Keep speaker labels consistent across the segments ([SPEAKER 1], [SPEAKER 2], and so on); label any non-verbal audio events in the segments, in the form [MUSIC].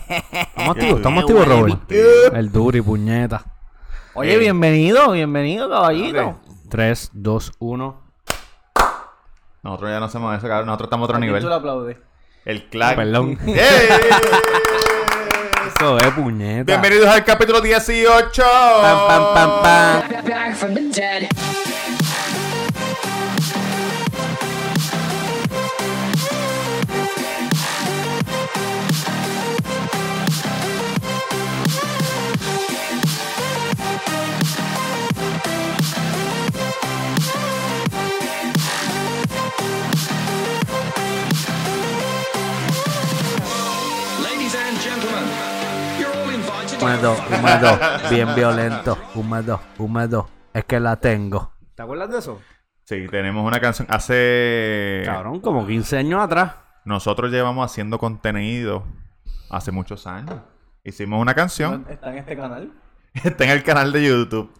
[SPEAKER 1] Estamos activos, estamos activos, Robert. El duri, puñeta. Eh. Oye, bienvenido, bienvenido, caballito. 3, 2, 1.
[SPEAKER 2] Nosotros ya no hacemos eso, cabrón. Nosotros estamos a otro
[SPEAKER 3] Aquí
[SPEAKER 2] nivel.
[SPEAKER 3] Tú lo aplaudes.
[SPEAKER 2] El clack.
[SPEAKER 1] Perdón.
[SPEAKER 2] ¡Ey!
[SPEAKER 1] Eso es, puñeta.
[SPEAKER 2] [LAUGHS] Bienvenidos al capítulo 18.
[SPEAKER 1] Pam, pam, pam, pam.
[SPEAKER 4] back from the dead.
[SPEAKER 5] Ladies and gentlemen, you're all invited.
[SPEAKER 1] Húmedo, húmedo, bien violento. Húmedo, húmedo. Es que la tengo.
[SPEAKER 3] ¿Te acuerdas de eso?
[SPEAKER 2] Sí, tenemos una canción. Hace.
[SPEAKER 1] Eh. Cabrón, como 15 años atrás.
[SPEAKER 2] Nosotros llevamos haciendo contenido hace muchos años. Hicimos una canción.
[SPEAKER 3] Está en este canal.
[SPEAKER 2] [LAUGHS] Está en el canal de YouTube.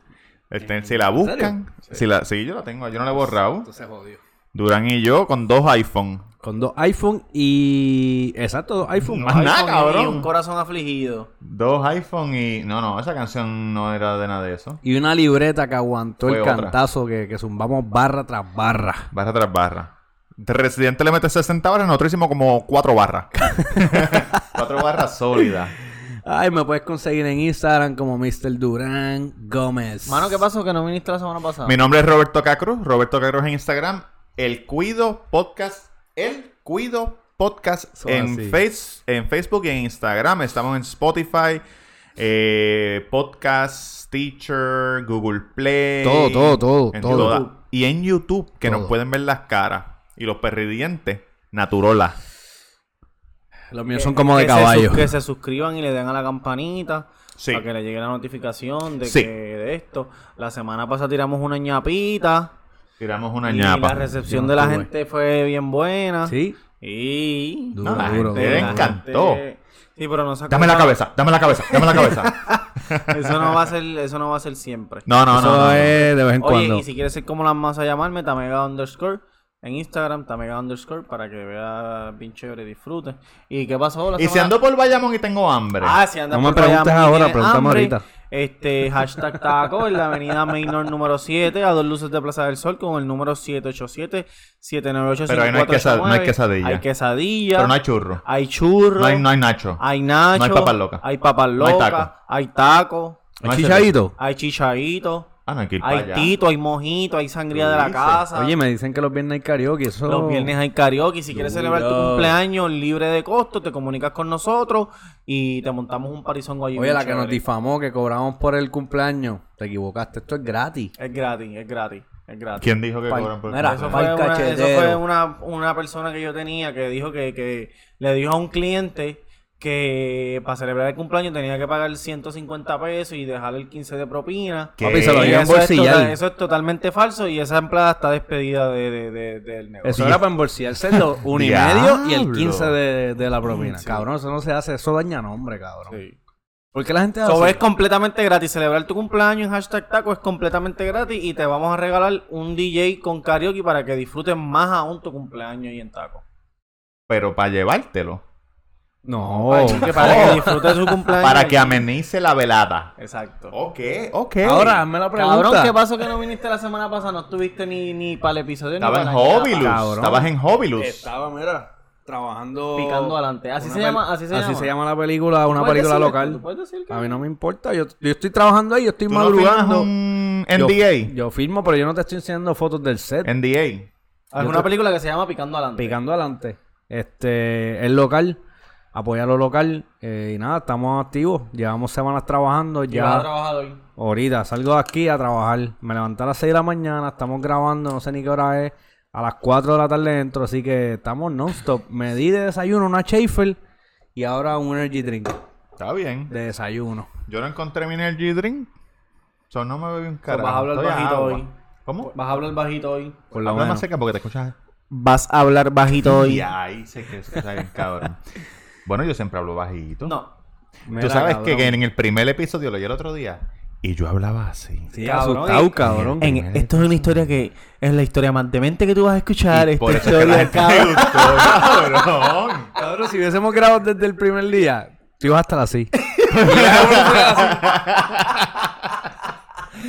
[SPEAKER 2] Está en- si la buscan. Si la, sí, yo la tengo. Yo no la he borrado.
[SPEAKER 3] Entonces jodió.
[SPEAKER 2] Durán y yo con dos iPhone.
[SPEAKER 1] Con dos iPhone y. Exacto, dos iPhone.
[SPEAKER 2] Más nada,
[SPEAKER 3] Y un
[SPEAKER 2] cabrón.
[SPEAKER 3] corazón afligido.
[SPEAKER 2] Dos iPhone y. No, no, esa canción no era de nada de eso.
[SPEAKER 1] Y una libreta que aguantó
[SPEAKER 2] Fue
[SPEAKER 1] el
[SPEAKER 2] otra.
[SPEAKER 1] cantazo que, que zumbamos barra tras barra.
[SPEAKER 2] Barra tras barra. De Residente le mete 60 barras, nosotros hicimos como
[SPEAKER 1] [LAUGHS]
[SPEAKER 2] cuatro barras. cuatro barras sólidas.
[SPEAKER 1] Ay, me puedes conseguir en Instagram como Mr. Durán Gómez.
[SPEAKER 3] Mano, ¿qué pasó que no viniste la semana pasada?
[SPEAKER 2] Mi nombre es Roberto Cacruz, Roberto Cacruz en Instagram, El Cuido Podcast, El Cuido Podcast
[SPEAKER 1] Eso así.
[SPEAKER 2] en, face, en Facebook y en Instagram. Estamos en Spotify, eh, Podcast, Teacher, Google Play.
[SPEAKER 1] Todo, todo, todo,
[SPEAKER 2] en
[SPEAKER 1] todo.
[SPEAKER 2] toda- y en YouTube, que
[SPEAKER 1] Todo.
[SPEAKER 2] nos pueden ver las caras y los perridientes, Naturola.
[SPEAKER 1] Los míos son como de
[SPEAKER 3] Que se
[SPEAKER 1] caballo.
[SPEAKER 3] sus- que se suscriban y le den a la campanita.
[SPEAKER 2] Sí.
[SPEAKER 3] Para que le llegue la notificación de
[SPEAKER 2] Sí.
[SPEAKER 3] que de esto. La semana pasada tiramos una ñapita.
[SPEAKER 2] Tiramos una
[SPEAKER 3] y
[SPEAKER 2] ñapa.
[SPEAKER 3] la recepción
[SPEAKER 1] Yo
[SPEAKER 3] de la
[SPEAKER 1] estuve.
[SPEAKER 3] gente fue bien buena.
[SPEAKER 1] Sí.
[SPEAKER 3] Y.
[SPEAKER 1] Duro,
[SPEAKER 2] la
[SPEAKER 1] duro,
[SPEAKER 2] gente le
[SPEAKER 1] duro.
[SPEAKER 2] encantó.
[SPEAKER 3] Sí, pero no se
[SPEAKER 2] Dame la
[SPEAKER 3] acordaba.
[SPEAKER 2] cabeza, dame la cabeza, dame la
[SPEAKER 1] [LAUGHS]
[SPEAKER 2] cabeza.
[SPEAKER 3] Eso no va a ser, eso no va a ser siempre.
[SPEAKER 2] No, no, no.
[SPEAKER 1] Eso
[SPEAKER 2] no, no.
[SPEAKER 1] es de vez en
[SPEAKER 3] Oye,
[SPEAKER 1] cuando.
[SPEAKER 3] y si quieres ser como las masas, llamarme Tamega underscore en Instagram, Tamega underscore para que vea bien chévere, disfrute. ¿Y qué pasó la
[SPEAKER 2] Y si
[SPEAKER 3] semana?
[SPEAKER 2] ando por Bayamón y tengo hambre.
[SPEAKER 3] Ah, si andas
[SPEAKER 1] No me
[SPEAKER 3] por Bayamón
[SPEAKER 1] preguntes
[SPEAKER 3] y
[SPEAKER 1] ahora,
[SPEAKER 3] tienes
[SPEAKER 1] pregúntame
[SPEAKER 3] hambre,
[SPEAKER 1] ahorita.
[SPEAKER 3] Este, hashtag taco en la avenida Maynor número 7, a dos luces de Plaza del Sol, con el número 787 798
[SPEAKER 2] Pero ahí no hay quesa- no hay quesadilla.
[SPEAKER 3] Hay quesadilla.
[SPEAKER 2] Pero no hay churro.
[SPEAKER 3] ah, hay churro.
[SPEAKER 2] No hay, no hay nacho.
[SPEAKER 3] hay nacho.
[SPEAKER 2] no hay papas locas.
[SPEAKER 3] Hay papas
[SPEAKER 2] No hay
[SPEAKER 3] locas.
[SPEAKER 2] taco.
[SPEAKER 3] hay taco.
[SPEAKER 1] ¿El chichadito?
[SPEAKER 3] Hay chichadito.
[SPEAKER 2] Ah, no hay que ir para
[SPEAKER 3] Hay
[SPEAKER 2] allá.
[SPEAKER 3] tito, hay mojito, hay sangría
[SPEAKER 2] Lo
[SPEAKER 3] de la
[SPEAKER 2] dice.
[SPEAKER 3] casa.
[SPEAKER 1] Oye, me dicen que los viernes hay karaoke. Eso...
[SPEAKER 3] los viernes hay karaoke. Si quieres celebrar tu
[SPEAKER 1] Duro.
[SPEAKER 3] cumpleaños libre de costo, te comunicas con nosotros y te montamos un parizongo allí.
[SPEAKER 1] Oye,
[SPEAKER 3] bien
[SPEAKER 1] la que nos
[SPEAKER 3] chévere.
[SPEAKER 1] difamó, que cobramos por el cumpleaños. Te equivocaste, esto es gratis.
[SPEAKER 3] Es gratis, es gratis, es gratis.
[SPEAKER 2] ¿Quién dijo que
[SPEAKER 1] Pal-
[SPEAKER 2] cobran por
[SPEAKER 1] Mira,
[SPEAKER 3] Eso
[SPEAKER 1] Pa'l
[SPEAKER 3] fue, una, eso
[SPEAKER 1] cachetero.
[SPEAKER 3] fue una, una persona que yo tenía que dijo que, que le dijo a un cliente que para celebrar el cumpleaños tenía que pagar 150 pesos y dejar el 15 de propina.
[SPEAKER 2] ¿Qué?
[SPEAKER 1] Papi, se lo
[SPEAKER 3] Y
[SPEAKER 1] iban a
[SPEAKER 3] eso, es total-
[SPEAKER 1] embolsillar. Eso,
[SPEAKER 3] eso es totalmente falso y esa empleada está despedida de, de- de- del negocio.
[SPEAKER 1] era para embolsillarse los [LAUGHS] uno y medio
[SPEAKER 2] Diablo.
[SPEAKER 1] y el 15 de, de la propina.
[SPEAKER 3] Sí.
[SPEAKER 1] Cabrón, eso no se hace. Eso daña nombre, cabrón.
[SPEAKER 3] Sí.
[SPEAKER 1] ¿Por qué la gente hace
[SPEAKER 3] So, es
[SPEAKER 1] eso?
[SPEAKER 3] completamente gratis. Celebrar tu cumpleaños en hashtag taco es completamente gratis y te vamos a regalar un DJ con karaoke para que disfrutes más aún tu cumpleaños y en taco.
[SPEAKER 2] Pero para llevártelo.
[SPEAKER 1] No.
[SPEAKER 3] Así que para
[SPEAKER 1] Oh.
[SPEAKER 3] que
[SPEAKER 1] [LAUGHS]
[SPEAKER 3] disfrutes su cumpleaños.
[SPEAKER 2] Para que
[SPEAKER 3] allí.
[SPEAKER 2] amenice la velada.
[SPEAKER 3] Exacto.
[SPEAKER 2] Ok, ok.
[SPEAKER 1] Ahora, hazme la Oh, pregunta.
[SPEAKER 3] Cabrón, ¿qué pasó que no viniste la semana pasada? No estuviste ni, ni para el episodio ni
[SPEAKER 2] Estaba en
[SPEAKER 3] para la ñapa.
[SPEAKER 2] Hobilus.
[SPEAKER 1] Cabrón.
[SPEAKER 2] Estabas en Hobilus.
[SPEAKER 1] Estaba, mira, trabajando...
[SPEAKER 3] Picando adelante. Así
[SPEAKER 1] Una
[SPEAKER 3] se
[SPEAKER 1] pel-
[SPEAKER 3] llama, así se llama.
[SPEAKER 1] la película, una
[SPEAKER 3] ¿Puedes
[SPEAKER 1] película
[SPEAKER 3] decir esto?
[SPEAKER 1] local.
[SPEAKER 3] ¿Tú puedes decir que-
[SPEAKER 1] A mí no me importa, yo, yo estoy trabajando ahí, yo estoy
[SPEAKER 2] ¿Tú no firmas
[SPEAKER 1] madrugando.
[SPEAKER 2] un
[SPEAKER 1] Yo-
[SPEAKER 2] NDA?
[SPEAKER 1] Yo, firmo, pero yo no te estoy enseñando fotos del set.
[SPEAKER 2] NDA.
[SPEAKER 3] Hay
[SPEAKER 1] Yo
[SPEAKER 3] una
[SPEAKER 1] te-
[SPEAKER 3] película que se llama Picando adelante.
[SPEAKER 1] Picando adelante. Este, el local, apoyar lo local. eh, y nada, estamos activos. Llevamos semanas trabajando.
[SPEAKER 3] Y vas a
[SPEAKER 1] Ya
[SPEAKER 3] trabajar hoy.
[SPEAKER 1] ahorita salgo de aquí a trabajar. Me levanté a las 6 de la mañana, estamos grabando, no sé ni qué hora es. A las 4 de la tarde dentro, así que estamos non-stop. Me di de desayuno una Schaefer y ahora un energy drink
[SPEAKER 2] Está bien.
[SPEAKER 1] de desayuno.
[SPEAKER 2] Yo no encontré mi energy drink. So no me bebí un carajo.
[SPEAKER 3] vas a hablar
[SPEAKER 2] Estoy
[SPEAKER 3] bajito
[SPEAKER 2] agua.
[SPEAKER 3] hoy.
[SPEAKER 2] ¿Cómo?
[SPEAKER 3] Vas a hablar bajito hoy.
[SPEAKER 1] Por lo
[SPEAKER 2] Habla más
[SPEAKER 1] menos.
[SPEAKER 2] seca porque te escuchas...
[SPEAKER 3] Vas a hablar bajito
[SPEAKER 2] Y ahí se que
[SPEAKER 3] [LAUGHS]
[SPEAKER 2] se está bien cabrón. Bueno, yo siempre hablo bajito.
[SPEAKER 3] No.
[SPEAKER 1] Mira,
[SPEAKER 2] Tú sabes que,
[SPEAKER 1] cabrón.
[SPEAKER 2] que en el primer episodio, lo oí el otro día, Y yo hablaba así.
[SPEAKER 1] Sí,
[SPEAKER 3] Cabrón,
[SPEAKER 1] asustado,
[SPEAKER 3] y-
[SPEAKER 1] cabrón.
[SPEAKER 3] En-
[SPEAKER 2] Primera
[SPEAKER 3] esto es una historia que es la historia más demente que tú vas a escuchar.
[SPEAKER 2] Y
[SPEAKER 3] esta
[SPEAKER 2] por eso es que la
[SPEAKER 3] historia,
[SPEAKER 2] gente
[SPEAKER 3] cabrón.
[SPEAKER 2] le gustó,
[SPEAKER 3] [LAUGHS]
[SPEAKER 2] cabrón.
[SPEAKER 1] Cabrón, si hubiésemos grabado desde el primer día, tú ibas a estar así.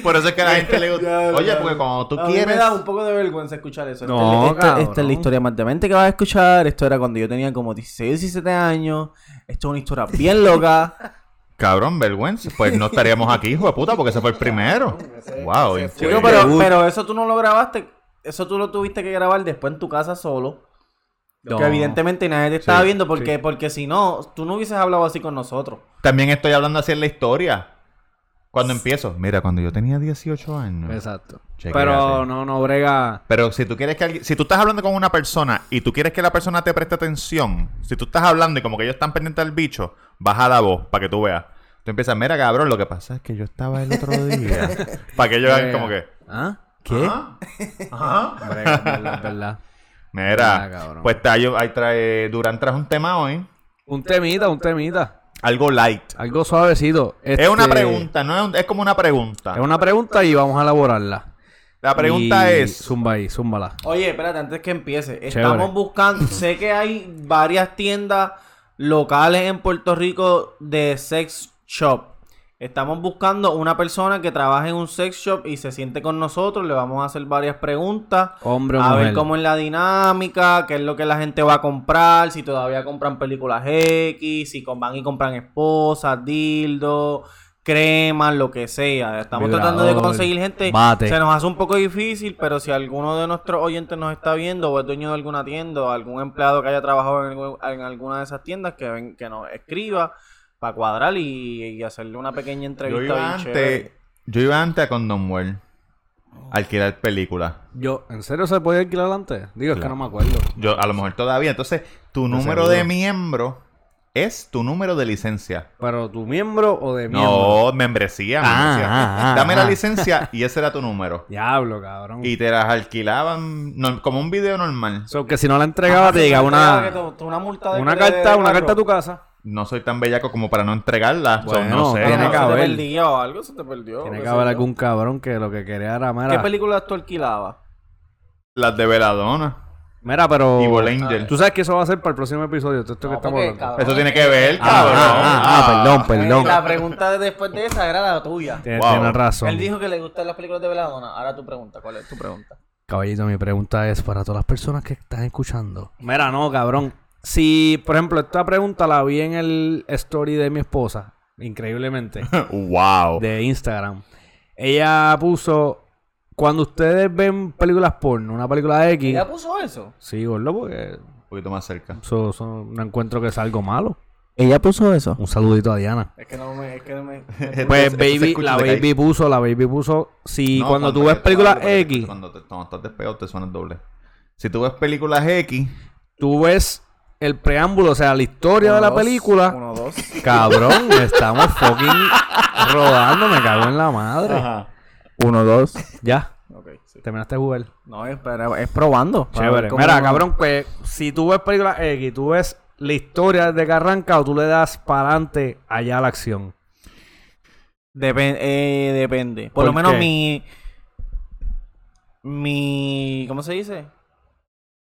[SPEAKER 2] Por eso es que a la gente le
[SPEAKER 3] Ya,
[SPEAKER 2] gustó. Oye,
[SPEAKER 3] ya.
[SPEAKER 2] porque cuando tú
[SPEAKER 3] A mí
[SPEAKER 2] quieres...
[SPEAKER 3] me da un poco de vergüenza escuchar eso. Esta
[SPEAKER 1] No,
[SPEAKER 3] es la- esta, esta es
[SPEAKER 1] cabrón.
[SPEAKER 3] la historia más demente que vas a escuchar. Esto era cuando yo tenía como 16, 17 años. Esto es una [LAUGHS] historia bien loca.
[SPEAKER 2] Cabrón, vergüenza. Pues no estaríamos aquí, hijo de puta, porque ese fue el primero. wow,
[SPEAKER 3] Chico,
[SPEAKER 2] increíble.
[SPEAKER 3] pero, pero eso tú no lo grabaste. Eso tú lo tuviste que grabar después en tu casa solo.
[SPEAKER 1] No.
[SPEAKER 3] Que evidentemente nadie te estaba
[SPEAKER 2] Sí,
[SPEAKER 3] viendo porque, porque si no, tú no hubieses hablado así con nosotros.
[SPEAKER 2] También estoy hablando así en la historia. Cuando empiezo. Mira, cuando yo tenía 18 años.
[SPEAKER 1] Exacto.
[SPEAKER 2] Chequea,
[SPEAKER 1] Pero
[SPEAKER 2] sí.
[SPEAKER 1] no, no brega.
[SPEAKER 2] Pero si tú quieres que alguien- si tú estás hablando con una persona y tú quieres que la persona te preste atención, si tú estás hablando y como que ellos están pendientes al bicho, baja la voz para que tú veas. Tú empiezas, mira cabrón, lo que pasa es que yo estaba el
[SPEAKER 1] [LAUGHS]
[SPEAKER 2] otro día. para que ellos hagan
[SPEAKER 1] brega.
[SPEAKER 2] como que.
[SPEAKER 1] ¿Ah? ¿Qué?
[SPEAKER 2] "Ajá, ajá".
[SPEAKER 1] Brega, es verdad, es verdad.
[SPEAKER 2] Mira,
[SPEAKER 1] Ah, cabrón.
[SPEAKER 2] pues ahí, ahí trae, Durán trajo un tema hoy.
[SPEAKER 1] Un temita, un temita.
[SPEAKER 2] Algo light.
[SPEAKER 1] Algo suavecito. Este,
[SPEAKER 2] Es una pregunta, no es, un- es como una pregunta.
[SPEAKER 1] Es una pregunta y vamos a elaborarla.
[SPEAKER 2] La pregunta
[SPEAKER 1] Y-
[SPEAKER 2] es.
[SPEAKER 1] Zumba ahí, zúmbala.
[SPEAKER 3] Oye, espérate, antes que empiece.
[SPEAKER 1] Chévere.
[SPEAKER 3] Estamos
[SPEAKER 1] [LAUGHS]
[SPEAKER 3] buscando. sé que hay varias tiendas locales en Puerto Rico de sex shop. Estamos buscando una persona que trabaje en un sex shop y se siente con nosotros. Le vamos a hacer varias preguntas.
[SPEAKER 1] Hombre o
[SPEAKER 3] a
[SPEAKER 1] mujer.
[SPEAKER 3] ver cómo es la dinámica, qué es lo que la gente va a comprar, si todavía compran películas X, si con- van y compran esposas, dildo, cremas, lo que sea. Estamos tratando de
[SPEAKER 1] Vibrador,
[SPEAKER 3] conseguir gente.
[SPEAKER 1] bate.
[SPEAKER 3] Se nos hace un poco difícil, pero si alguno de nuestros oyentes nos está viendo o es dueño de alguna tienda o algún empleado que haya trabajado en, algu- en alguna de esas tiendas, que, ven- que nos escriba para cuadrar y, y hacerle una pequeña entrevista.
[SPEAKER 2] Yo iba
[SPEAKER 3] bien
[SPEAKER 2] antes.
[SPEAKER 3] chévere.
[SPEAKER 2] Yo iba antes a Condomwell. Alquilar películas.
[SPEAKER 1] Yo, ¿en serio se puede alquilar antes? Digo, es que
[SPEAKER 2] Claro.
[SPEAKER 1] no me acuerdo.
[SPEAKER 2] Yo, a lo mejor todavía. Entonces, tu número
[SPEAKER 1] seguro.
[SPEAKER 2] de miembro es tu número de licencia.
[SPEAKER 1] Pero tu miembro o de miembro.
[SPEAKER 2] No, membresía.
[SPEAKER 1] Ah,
[SPEAKER 2] membresía.
[SPEAKER 1] ah, ah,
[SPEAKER 2] Dame la
[SPEAKER 1] ah. [LAUGHS]
[SPEAKER 2] licencia y ese era tu número.
[SPEAKER 1] Diablo, cabrón.
[SPEAKER 2] Y te las alquilaban no- como un video normal.
[SPEAKER 1] So, que si no la entregaba, te llegaba
[SPEAKER 3] Ah, Que
[SPEAKER 1] una,
[SPEAKER 3] te- te- una multa de-
[SPEAKER 1] una
[SPEAKER 3] de-
[SPEAKER 1] carta,
[SPEAKER 3] de
[SPEAKER 1] una
[SPEAKER 3] carro.
[SPEAKER 1] carta a tu casa.
[SPEAKER 2] No soy tan bellaco como para no entregarlas. So,
[SPEAKER 1] Bueno,
[SPEAKER 2] no sé.
[SPEAKER 1] tiene
[SPEAKER 3] Pero
[SPEAKER 1] que
[SPEAKER 3] se
[SPEAKER 1] haber.
[SPEAKER 3] te perdía o algo, se te perdió.
[SPEAKER 1] Tiene
[SPEAKER 3] qué
[SPEAKER 1] que
[SPEAKER 3] sé
[SPEAKER 1] haber
[SPEAKER 3] yo.
[SPEAKER 1] algún cabrón que lo que quería era,
[SPEAKER 3] ¿Qué
[SPEAKER 1] mira,
[SPEAKER 3] películas tú alquilabas?
[SPEAKER 2] Las de Veladona.
[SPEAKER 1] mira, pero...
[SPEAKER 2] Y Evil Angel.
[SPEAKER 1] Oh. Ah, Tú sabes que eso va a ser para el próximo episodio, todo esto que
[SPEAKER 3] No,
[SPEAKER 1] estamos
[SPEAKER 3] porque,
[SPEAKER 1] hablando.
[SPEAKER 3] cabrón.
[SPEAKER 2] Eso tiene que ver, cabrón.
[SPEAKER 1] ah, ah, perdón,
[SPEAKER 3] Eh,
[SPEAKER 1] perdón.
[SPEAKER 3] La pregunta de después de esa era la tuya.
[SPEAKER 1] Tienes,
[SPEAKER 2] Wow.
[SPEAKER 1] tienes razón.
[SPEAKER 3] Él dijo que le gustan las películas de Veladona. Ahora tu pregunta, ¿cuál es tu pregunta?
[SPEAKER 1] Caballito, mi pregunta es para todas las personas que están escuchando. Mira, no, cabrón. Si, por ejemplo, esta pregunta la vi en el story de mi esposa,
[SPEAKER 2] [LAUGHS]
[SPEAKER 1] increíblemente,
[SPEAKER 2] Wow.
[SPEAKER 1] de Instagram. Ella puso, cuando ustedes ven películas porno, una película X...
[SPEAKER 3] ¿Ya puso eso?
[SPEAKER 1] Sí, gordo, porque
[SPEAKER 2] Un poquito más cerca.
[SPEAKER 1] eso, eso no encuentro que es algo malo.
[SPEAKER 3] ¿Ella puso eso?
[SPEAKER 1] Un saludito a Diana.
[SPEAKER 3] Es que no me... Es que no me...
[SPEAKER 1] Pues
[SPEAKER 2] Entonces, eso este se
[SPEAKER 1] baby,
[SPEAKER 2] escucha
[SPEAKER 1] la
[SPEAKER 2] de
[SPEAKER 1] baby puso, la baby puso, si
[SPEAKER 2] No,
[SPEAKER 1] cuando tú
[SPEAKER 2] ya
[SPEAKER 1] ves
[SPEAKER 2] te
[SPEAKER 1] películas
[SPEAKER 2] hablo, porque te
[SPEAKER 1] X,
[SPEAKER 2] escucho Cuando, te- cuando estás despegado te suena el doble. Si tú ves películas X,
[SPEAKER 1] tú ves el preámbulo, o sea, la historia de la
[SPEAKER 3] Uno, dos,
[SPEAKER 1] película.
[SPEAKER 3] Uno, dos.
[SPEAKER 1] Cabrón,
[SPEAKER 3] [LAUGHS]
[SPEAKER 1] estamos fucking rodando, me cago en la madre.
[SPEAKER 3] Uno, dos.
[SPEAKER 1] Ya,
[SPEAKER 3] Ok, sí.
[SPEAKER 1] terminaste de jugar.
[SPEAKER 3] No, es, pero es probando. para ver
[SPEAKER 1] Chévere.
[SPEAKER 3] cómo
[SPEAKER 1] Mira,
[SPEAKER 3] uno-
[SPEAKER 1] cabrón, pues si tú ves películas X, tú ves la historia desde que arranca o tú le das para adelante allá a la acción.
[SPEAKER 3] Depen- eh, depende. Por, lo
[SPEAKER 1] ¿Por
[SPEAKER 3] menos
[SPEAKER 1] qué?
[SPEAKER 3] mi... Mi... ¿Cómo se dice?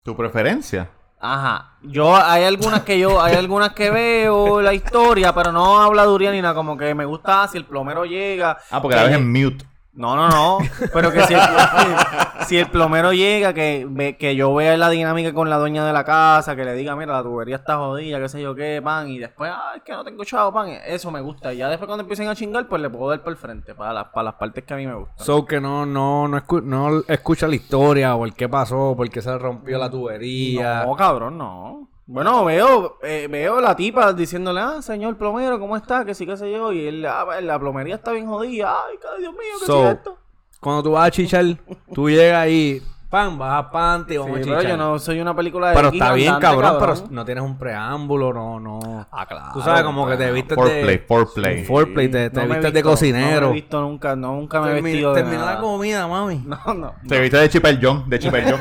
[SPEAKER 2] tu preferencia.
[SPEAKER 3] Ajá. Yo hay algunas que yo hay algunas que veo la historia, pero no habladuría ni nada, como que me gusta si el plomero llega.
[SPEAKER 2] Ah, porque la
[SPEAKER 3] que-
[SPEAKER 1] Eh,
[SPEAKER 2] ves en mute.
[SPEAKER 3] No, no, no, pero que si el, [LAUGHS] si el plomero llega que ve- que yo vea la dinámica con la dueña de la casa, que le diga, "Mira, la tubería está jodida, qué sé yo qué, pan", y después, "Ah, es que no tengo chavo, pan." Eso me gusta. Y ya después cuando empiecen a chingar, pues le puedo dar por el frente para las para las partes que a mí me gustan.
[SPEAKER 1] So que no, no, no, escu- no escucha la historia o el qué pasó, por qué se rompió la tubería.
[SPEAKER 3] No, cabrón, no. Bueno, veo, eh, veo la tipa diciéndole, ah, señor plomero, ¿cómo está? Que sí, qué sé yo. Y él, ah, la plomería está bien jodida. Ay, ca- Dios mío, qué
[SPEAKER 1] So,
[SPEAKER 3] es esto.
[SPEAKER 1] Cuando tú vas a chichar, tú llegas ahí, pan, vas a pante, vamos
[SPEAKER 3] Sí,
[SPEAKER 1] a
[SPEAKER 3] pero
[SPEAKER 1] chichar.
[SPEAKER 3] yo no soy una película de
[SPEAKER 1] Pero
[SPEAKER 3] X
[SPEAKER 1] está bien,
[SPEAKER 3] andante,
[SPEAKER 1] cabrón, pero no tienes un preámbulo, no, no.
[SPEAKER 3] Ah, claro.
[SPEAKER 1] Tú sabes, como que te vistes
[SPEAKER 2] Foreplay,
[SPEAKER 1] de...
[SPEAKER 2] foreplay.
[SPEAKER 1] Foreplay, te, te
[SPEAKER 3] No me he
[SPEAKER 1] vistes de
[SPEAKER 3] visto, No me
[SPEAKER 1] cocinero.
[SPEAKER 3] he visto nunca, nunca me he
[SPEAKER 1] Termina
[SPEAKER 3] vestido de
[SPEAKER 1] termina la
[SPEAKER 3] nada.
[SPEAKER 1] comida, mami.
[SPEAKER 3] [LAUGHS] No, no.
[SPEAKER 2] Te viste de Chipper John, de Chipper
[SPEAKER 1] [LAUGHS]
[SPEAKER 2] John.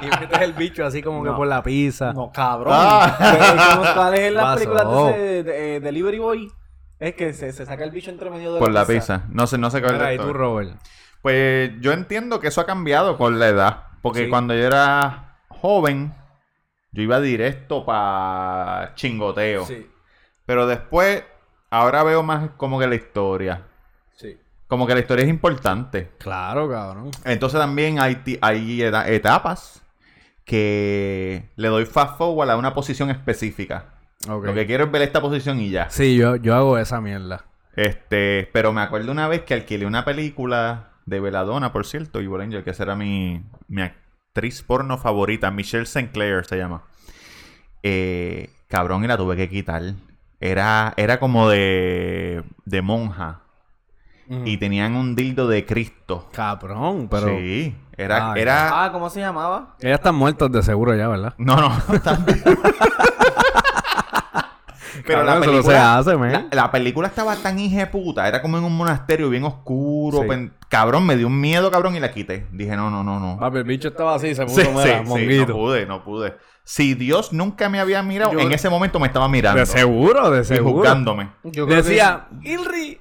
[SPEAKER 1] Y metes el bicho así como que
[SPEAKER 3] No.
[SPEAKER 1] por la pizza.
[SPEAKER 3] No, cabrón.
[SPEAKER 2] Ah.
[SPEAKER 3] ¿Cómo sales en las
[SPEAKER 1] Pasó.
[SPEAKER 3] películas de, ese de- de- eh, Delivery Boy? Es que se, se saca el bicho entre medio de
[SPEAKER 2] Por la pizza. No sé, no sé qué es el
[SPEAKER 1] Mira, y tú,
[SPEAKER 2] resto.
[SPEAKER 1] Robert.
[SPEAKER 2] Pues yo entiendo que eso ha cambiado con la edad. Porque
[SPEAKER 1] Sí.
[SPEAKER 2] cuando yo era joven, yo iba directo para chingoteo.
[SPEAKER 3] Sí,
[SPEAKER 2] Pero después, ahora veo más como que la historia.
[SPEAKER 3] sí.
[SPEAKER 2] Como que la historia es importante.
[SPEAKER 1] Claro, cabrón.
[SPEAKER 2] Entonces también hay, ti- hay eda- etapas que le doy fast forward a una posición específica.
[SPEAKER 1] Ok.
[SPEAKER 2] Lo que quiero es ver esta posición y ya.
[SPEAKER 1] Sí, yo, yo hago esa mierda.
[SPEAKER 2] Este, pero me acuerdo una vez que alquilé una película de Veladona, por cierto, y Angel, que esa era mi, mi actriz porno favorita, Michelle Sinclair se llama. Eh, cabrón, y la tuve que quitar. Era, era como de, de monja. Y tenían un dildo de Cristo.
[SPEAKER 1] Cabrón, Mm. pero...
[SPEAKER 2] sí. Era,
[SPEAKER 1] Ah,
[SPEAKER 2] era,
[SPEAKER 3] Ah, ¿cómo se llamaba?
[SPEAKER 1] Ellas están muertas de seguro ya, ¿verdad?
[SPEAKER 2] No,
[SPEAKER 1] [LAUGHS]
[SPEAKER 2] no, también. Pero la
[SPEAKER 1] Cabrón, eso no
[SPEAKER 2] película,
[SPEAKER 1] se hace, man.
[SPEAKER 2] la, [LAUGHS] la película estaba tan puta, era como en un monasterio bien oscuro,
[SPEAKER 1] Sí.
[SPEAKER 2] pen- cabrón, me dio un miedo, cabrón, y la quité. Dije, no, no, no, no.
[SPEAKER 1] Papi, el bicho estaba así, se puso,
[SPEAKER 2] Sí, sí,
[SPEAKER 1] mira,
[SPEAKER 2] sí, no
[SPEAKER 1] monguito.
[SPEAKER 2] pude, no pude. Si Dios nunca me había mirado,
[SPEAKER 3] Yo-
[SPEAKER 2] en ese momento me estaba mirando
[SPEAKER 1] de seguro, de
[SPEAKER 2] y
[SPEAKER 1] seguro.
[SPEAKER 2] juzgándome.
[SPEAKER 3] Yo
[SPEAKER 1] Decía,
[SPEAKER 3] Ilri,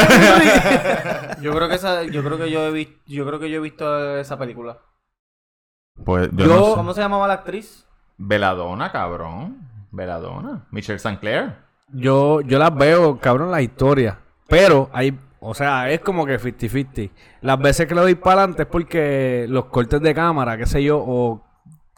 [SPEAKER 1] [LAUGHS]
[SPEAKER 3] Ilri". [LAUGHS] yo creo que esa, yo creo que yo he visto, yo creo que yo he visto esa película.
[SPEAKER 2] Pues yo,
[SPEAKER 1] Yo-
[SPEAKER 2] no sé.
[SPEAKER 3] ¿Cómo se llamaba la actriz?
[SPEAKER 2] Veladona, cabrón. Veladona. Michelle Sinclair.
[SPEAKER 1] Yo, yo las veo, cabrón, las historias. Pero hay, o sea, es como que 50-50. Las veces que le doy para adelante es porque los cortes de cámara, qué sé yo, o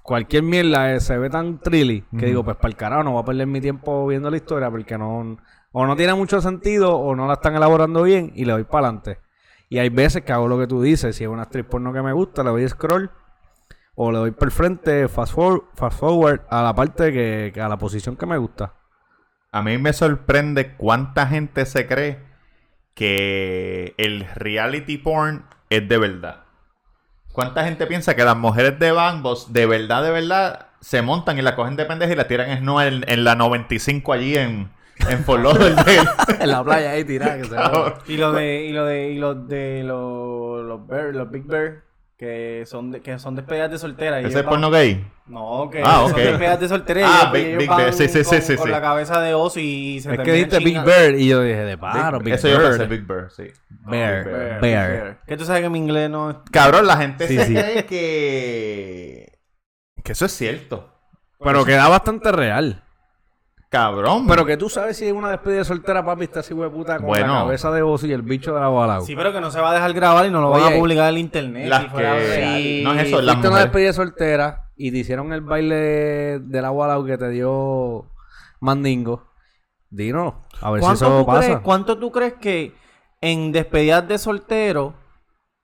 [SPEAKER 1] cualquier mierda eh, se ve tan trilly que digo, pues para el carajo, no voy a perder mi tiempo viendo la historia porque no, o no tiene mucho sentido o no la están elaborando bien y le doy para adelante. Y hay veces que hago lo que tú dices, si es una actriz porno que me gusta, le doy scroll o le doy por el frente, fast forward, fast forward a la parte que, que a la posición que me gusta.
[SPEAKER 2] A mí me sorprende cuánta gente se cree que el reality porn es de verdad. ¿Cuánta gente piensa que las mujeres de Bambos de verdad, de verdad, se montan y la cogen de pendeja y la tiran en, no, en, en la 95 allí en, en
[SPEAKER 1] [LAUGHS]
[SPEAKER 2] Fort Lauderdale? [LAUGHS]
[SPEAKER 1] en la playa ahí tirada que se va.
[SPEAKER 3] Y lo de, y lo de, y los de los, los Bear, los Big Bear, que son de, que son despedidas de soltera. y
[SPEAKER 2] ¿Ese
[SPEAKER 3] ellos
[SPEAKER 2] es
[SPEAKER 3] van-
[SPEAKER 2] porno gay?
[SPEAKER 3] No, que
[SPEAKER 2] Ah,
[SPEAKER 3] son
[SPEAKER 2] ok.
[SPEAKER 3] despedidas de soltera. y
[SPEAKER 2] Ah,
[SPEAKER 3] ellos- y
[SPEAKER 2] Big-
[SPEAKER 3] ellos
[SPEAKER 2] Big Bear,
[SPEAKER 3] van
[SPEAKER 2] sí, sí,
[SPEAKER 3] con-
[SPEAKER 2] sí,
[SPEAKER 3] Con
[SPEAKER 2] sí.
[SPEAKER 3] la cabeza de oso y se
[SPEAKER 1] Es que
[SPEAKER 3] terminan
[SPEAKER 1] dijiste Big
[SPEAKER 3] chingando.
[SPEAKER 1] Bird y yo dije, de paro,
[SPEAKER 2] Big-
[SPEAKER 1] Ah, Big
[SPEAKER 2] Eso yo pensé,
[SPEAKER 1] Bird.
[SPEAKER 2] Big Bird, sí.
[SPEAKER 1] Bear,
[SPEAKER 3] Bear,
[SPEAKER 1] Bear.
[SPEAKER 3] Que tú sabes que mi inglés no es...
[SPEAKER 2] Cabrón, la gente
[SPEAKER 1] Sí,
[SPEAKER 2] se
[SPEAKER 1] sí.
[SPEAKER 2] cree que... que eso es cierto.
[SPEAKER 1] Pero queda bastante real.
[SPEAKER 2] Cabrón.
[SPEAKER 1] Pero que tú sabes si es una despedida de soltera, papi, está así hueputa con
[SPEAKER 2] Bueno.
[SPEAKER 1] la cabeza de oso y el bicho de la bola.
[SPEAKER 3] Sí, pero que no se va a dejar grabar y no lo van
[SPEAKER 1] Oye,
[SPEAKER 3] a publicar en internet.
[SPEAKER 2] las
[SPEAKER 3] si fuera
[SPEAKER 2] que-
[SPEAKER 3] real.
[SPEAKER 2] no es eso,
[SPEAKER 1] Fuiste a una
[SPEAKER 2] las mujeres.
[SPEAKER 1] despedida de soltera y te hicieron el baile de la bola que te dio Mandingo. Dino, a ver si
[SPEAKER 3] ¿Cuánto
[SPEAKER 1] eso
[SPEAKER 3] tú, crees,
[SPEAKER 1] pasa.
[SPEAKER 3] ¿Cuánto tú crees que en despedidas de soltero,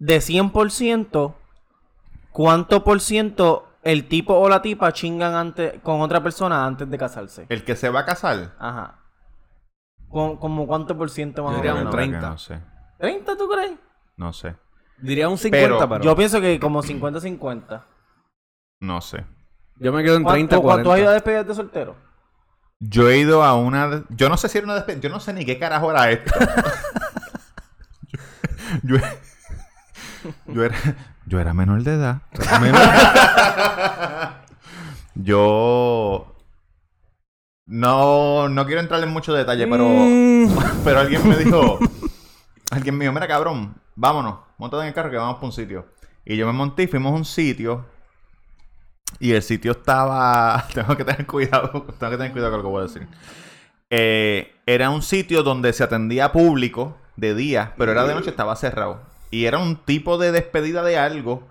[SPEAKER 3] de 100%, cuánto por ciento el tipo o la tipa chingan antes, con otra persona antes de casarse?
[SPEAKER 2] El que se va a casar...
[SPEAKER 3] Ajá. ¿Con- ¿Como cuánto por ciento
[SPEAKER 1] Yo
[SPEAKER 3] más o
[SPEAKER 1] diría
[SPEAKER 2] de
[SPEAKER 1] un
[SPEAKER 3] menos?
[SPEAKER 2] verdad que
[SPEAKER 1] 30.
[SPEAKER 2] No sé.
[SPEAKER 3] ¿30 tú crees?
[SPEAKER 2] No sé.
[SPEAKER 1] Diría un 50,
[SPEAKER 2] Pero
[SPEAKER 1] pero,
[SPEAKER 3] Yo
[SPEAKER 1] yo,
[SPEAKER 3] pienso que como 50-50.
[SPEAKER 2] No sé.
[SPEAKER 1] me quedo en 30
[SPEAKER 3] ¿Cuánto, cuánto
[SPEAKER 1] 40.
[SPEAKER 3] has ido a despedidas de soltero?
[SPEAKER 2] Yo he ido a una. Yo no sé si era una despedida. Yo no sé ni qué carajo era esto. yo, yo- yo era, yo era menor [LAUGHS] de edad. yo. No, no quiero entrar en mucho detalle, pero. [LAUGHS] Pero alguien me dijo. Alguien me dijo, mira cabrón, vámonos, montate en el carro que vamos para un sitio. Y yo me monté y fuimos a un sitio. Y el sitio estaba. [LAUGHS] Tengo que tener cuidado. Tengo que tener cuidado con lo que voy a decir. Eh, era un sitio donde se atendía público de día, pero era de noche, estaba cerrado. Y era un tipo de despedida de algo.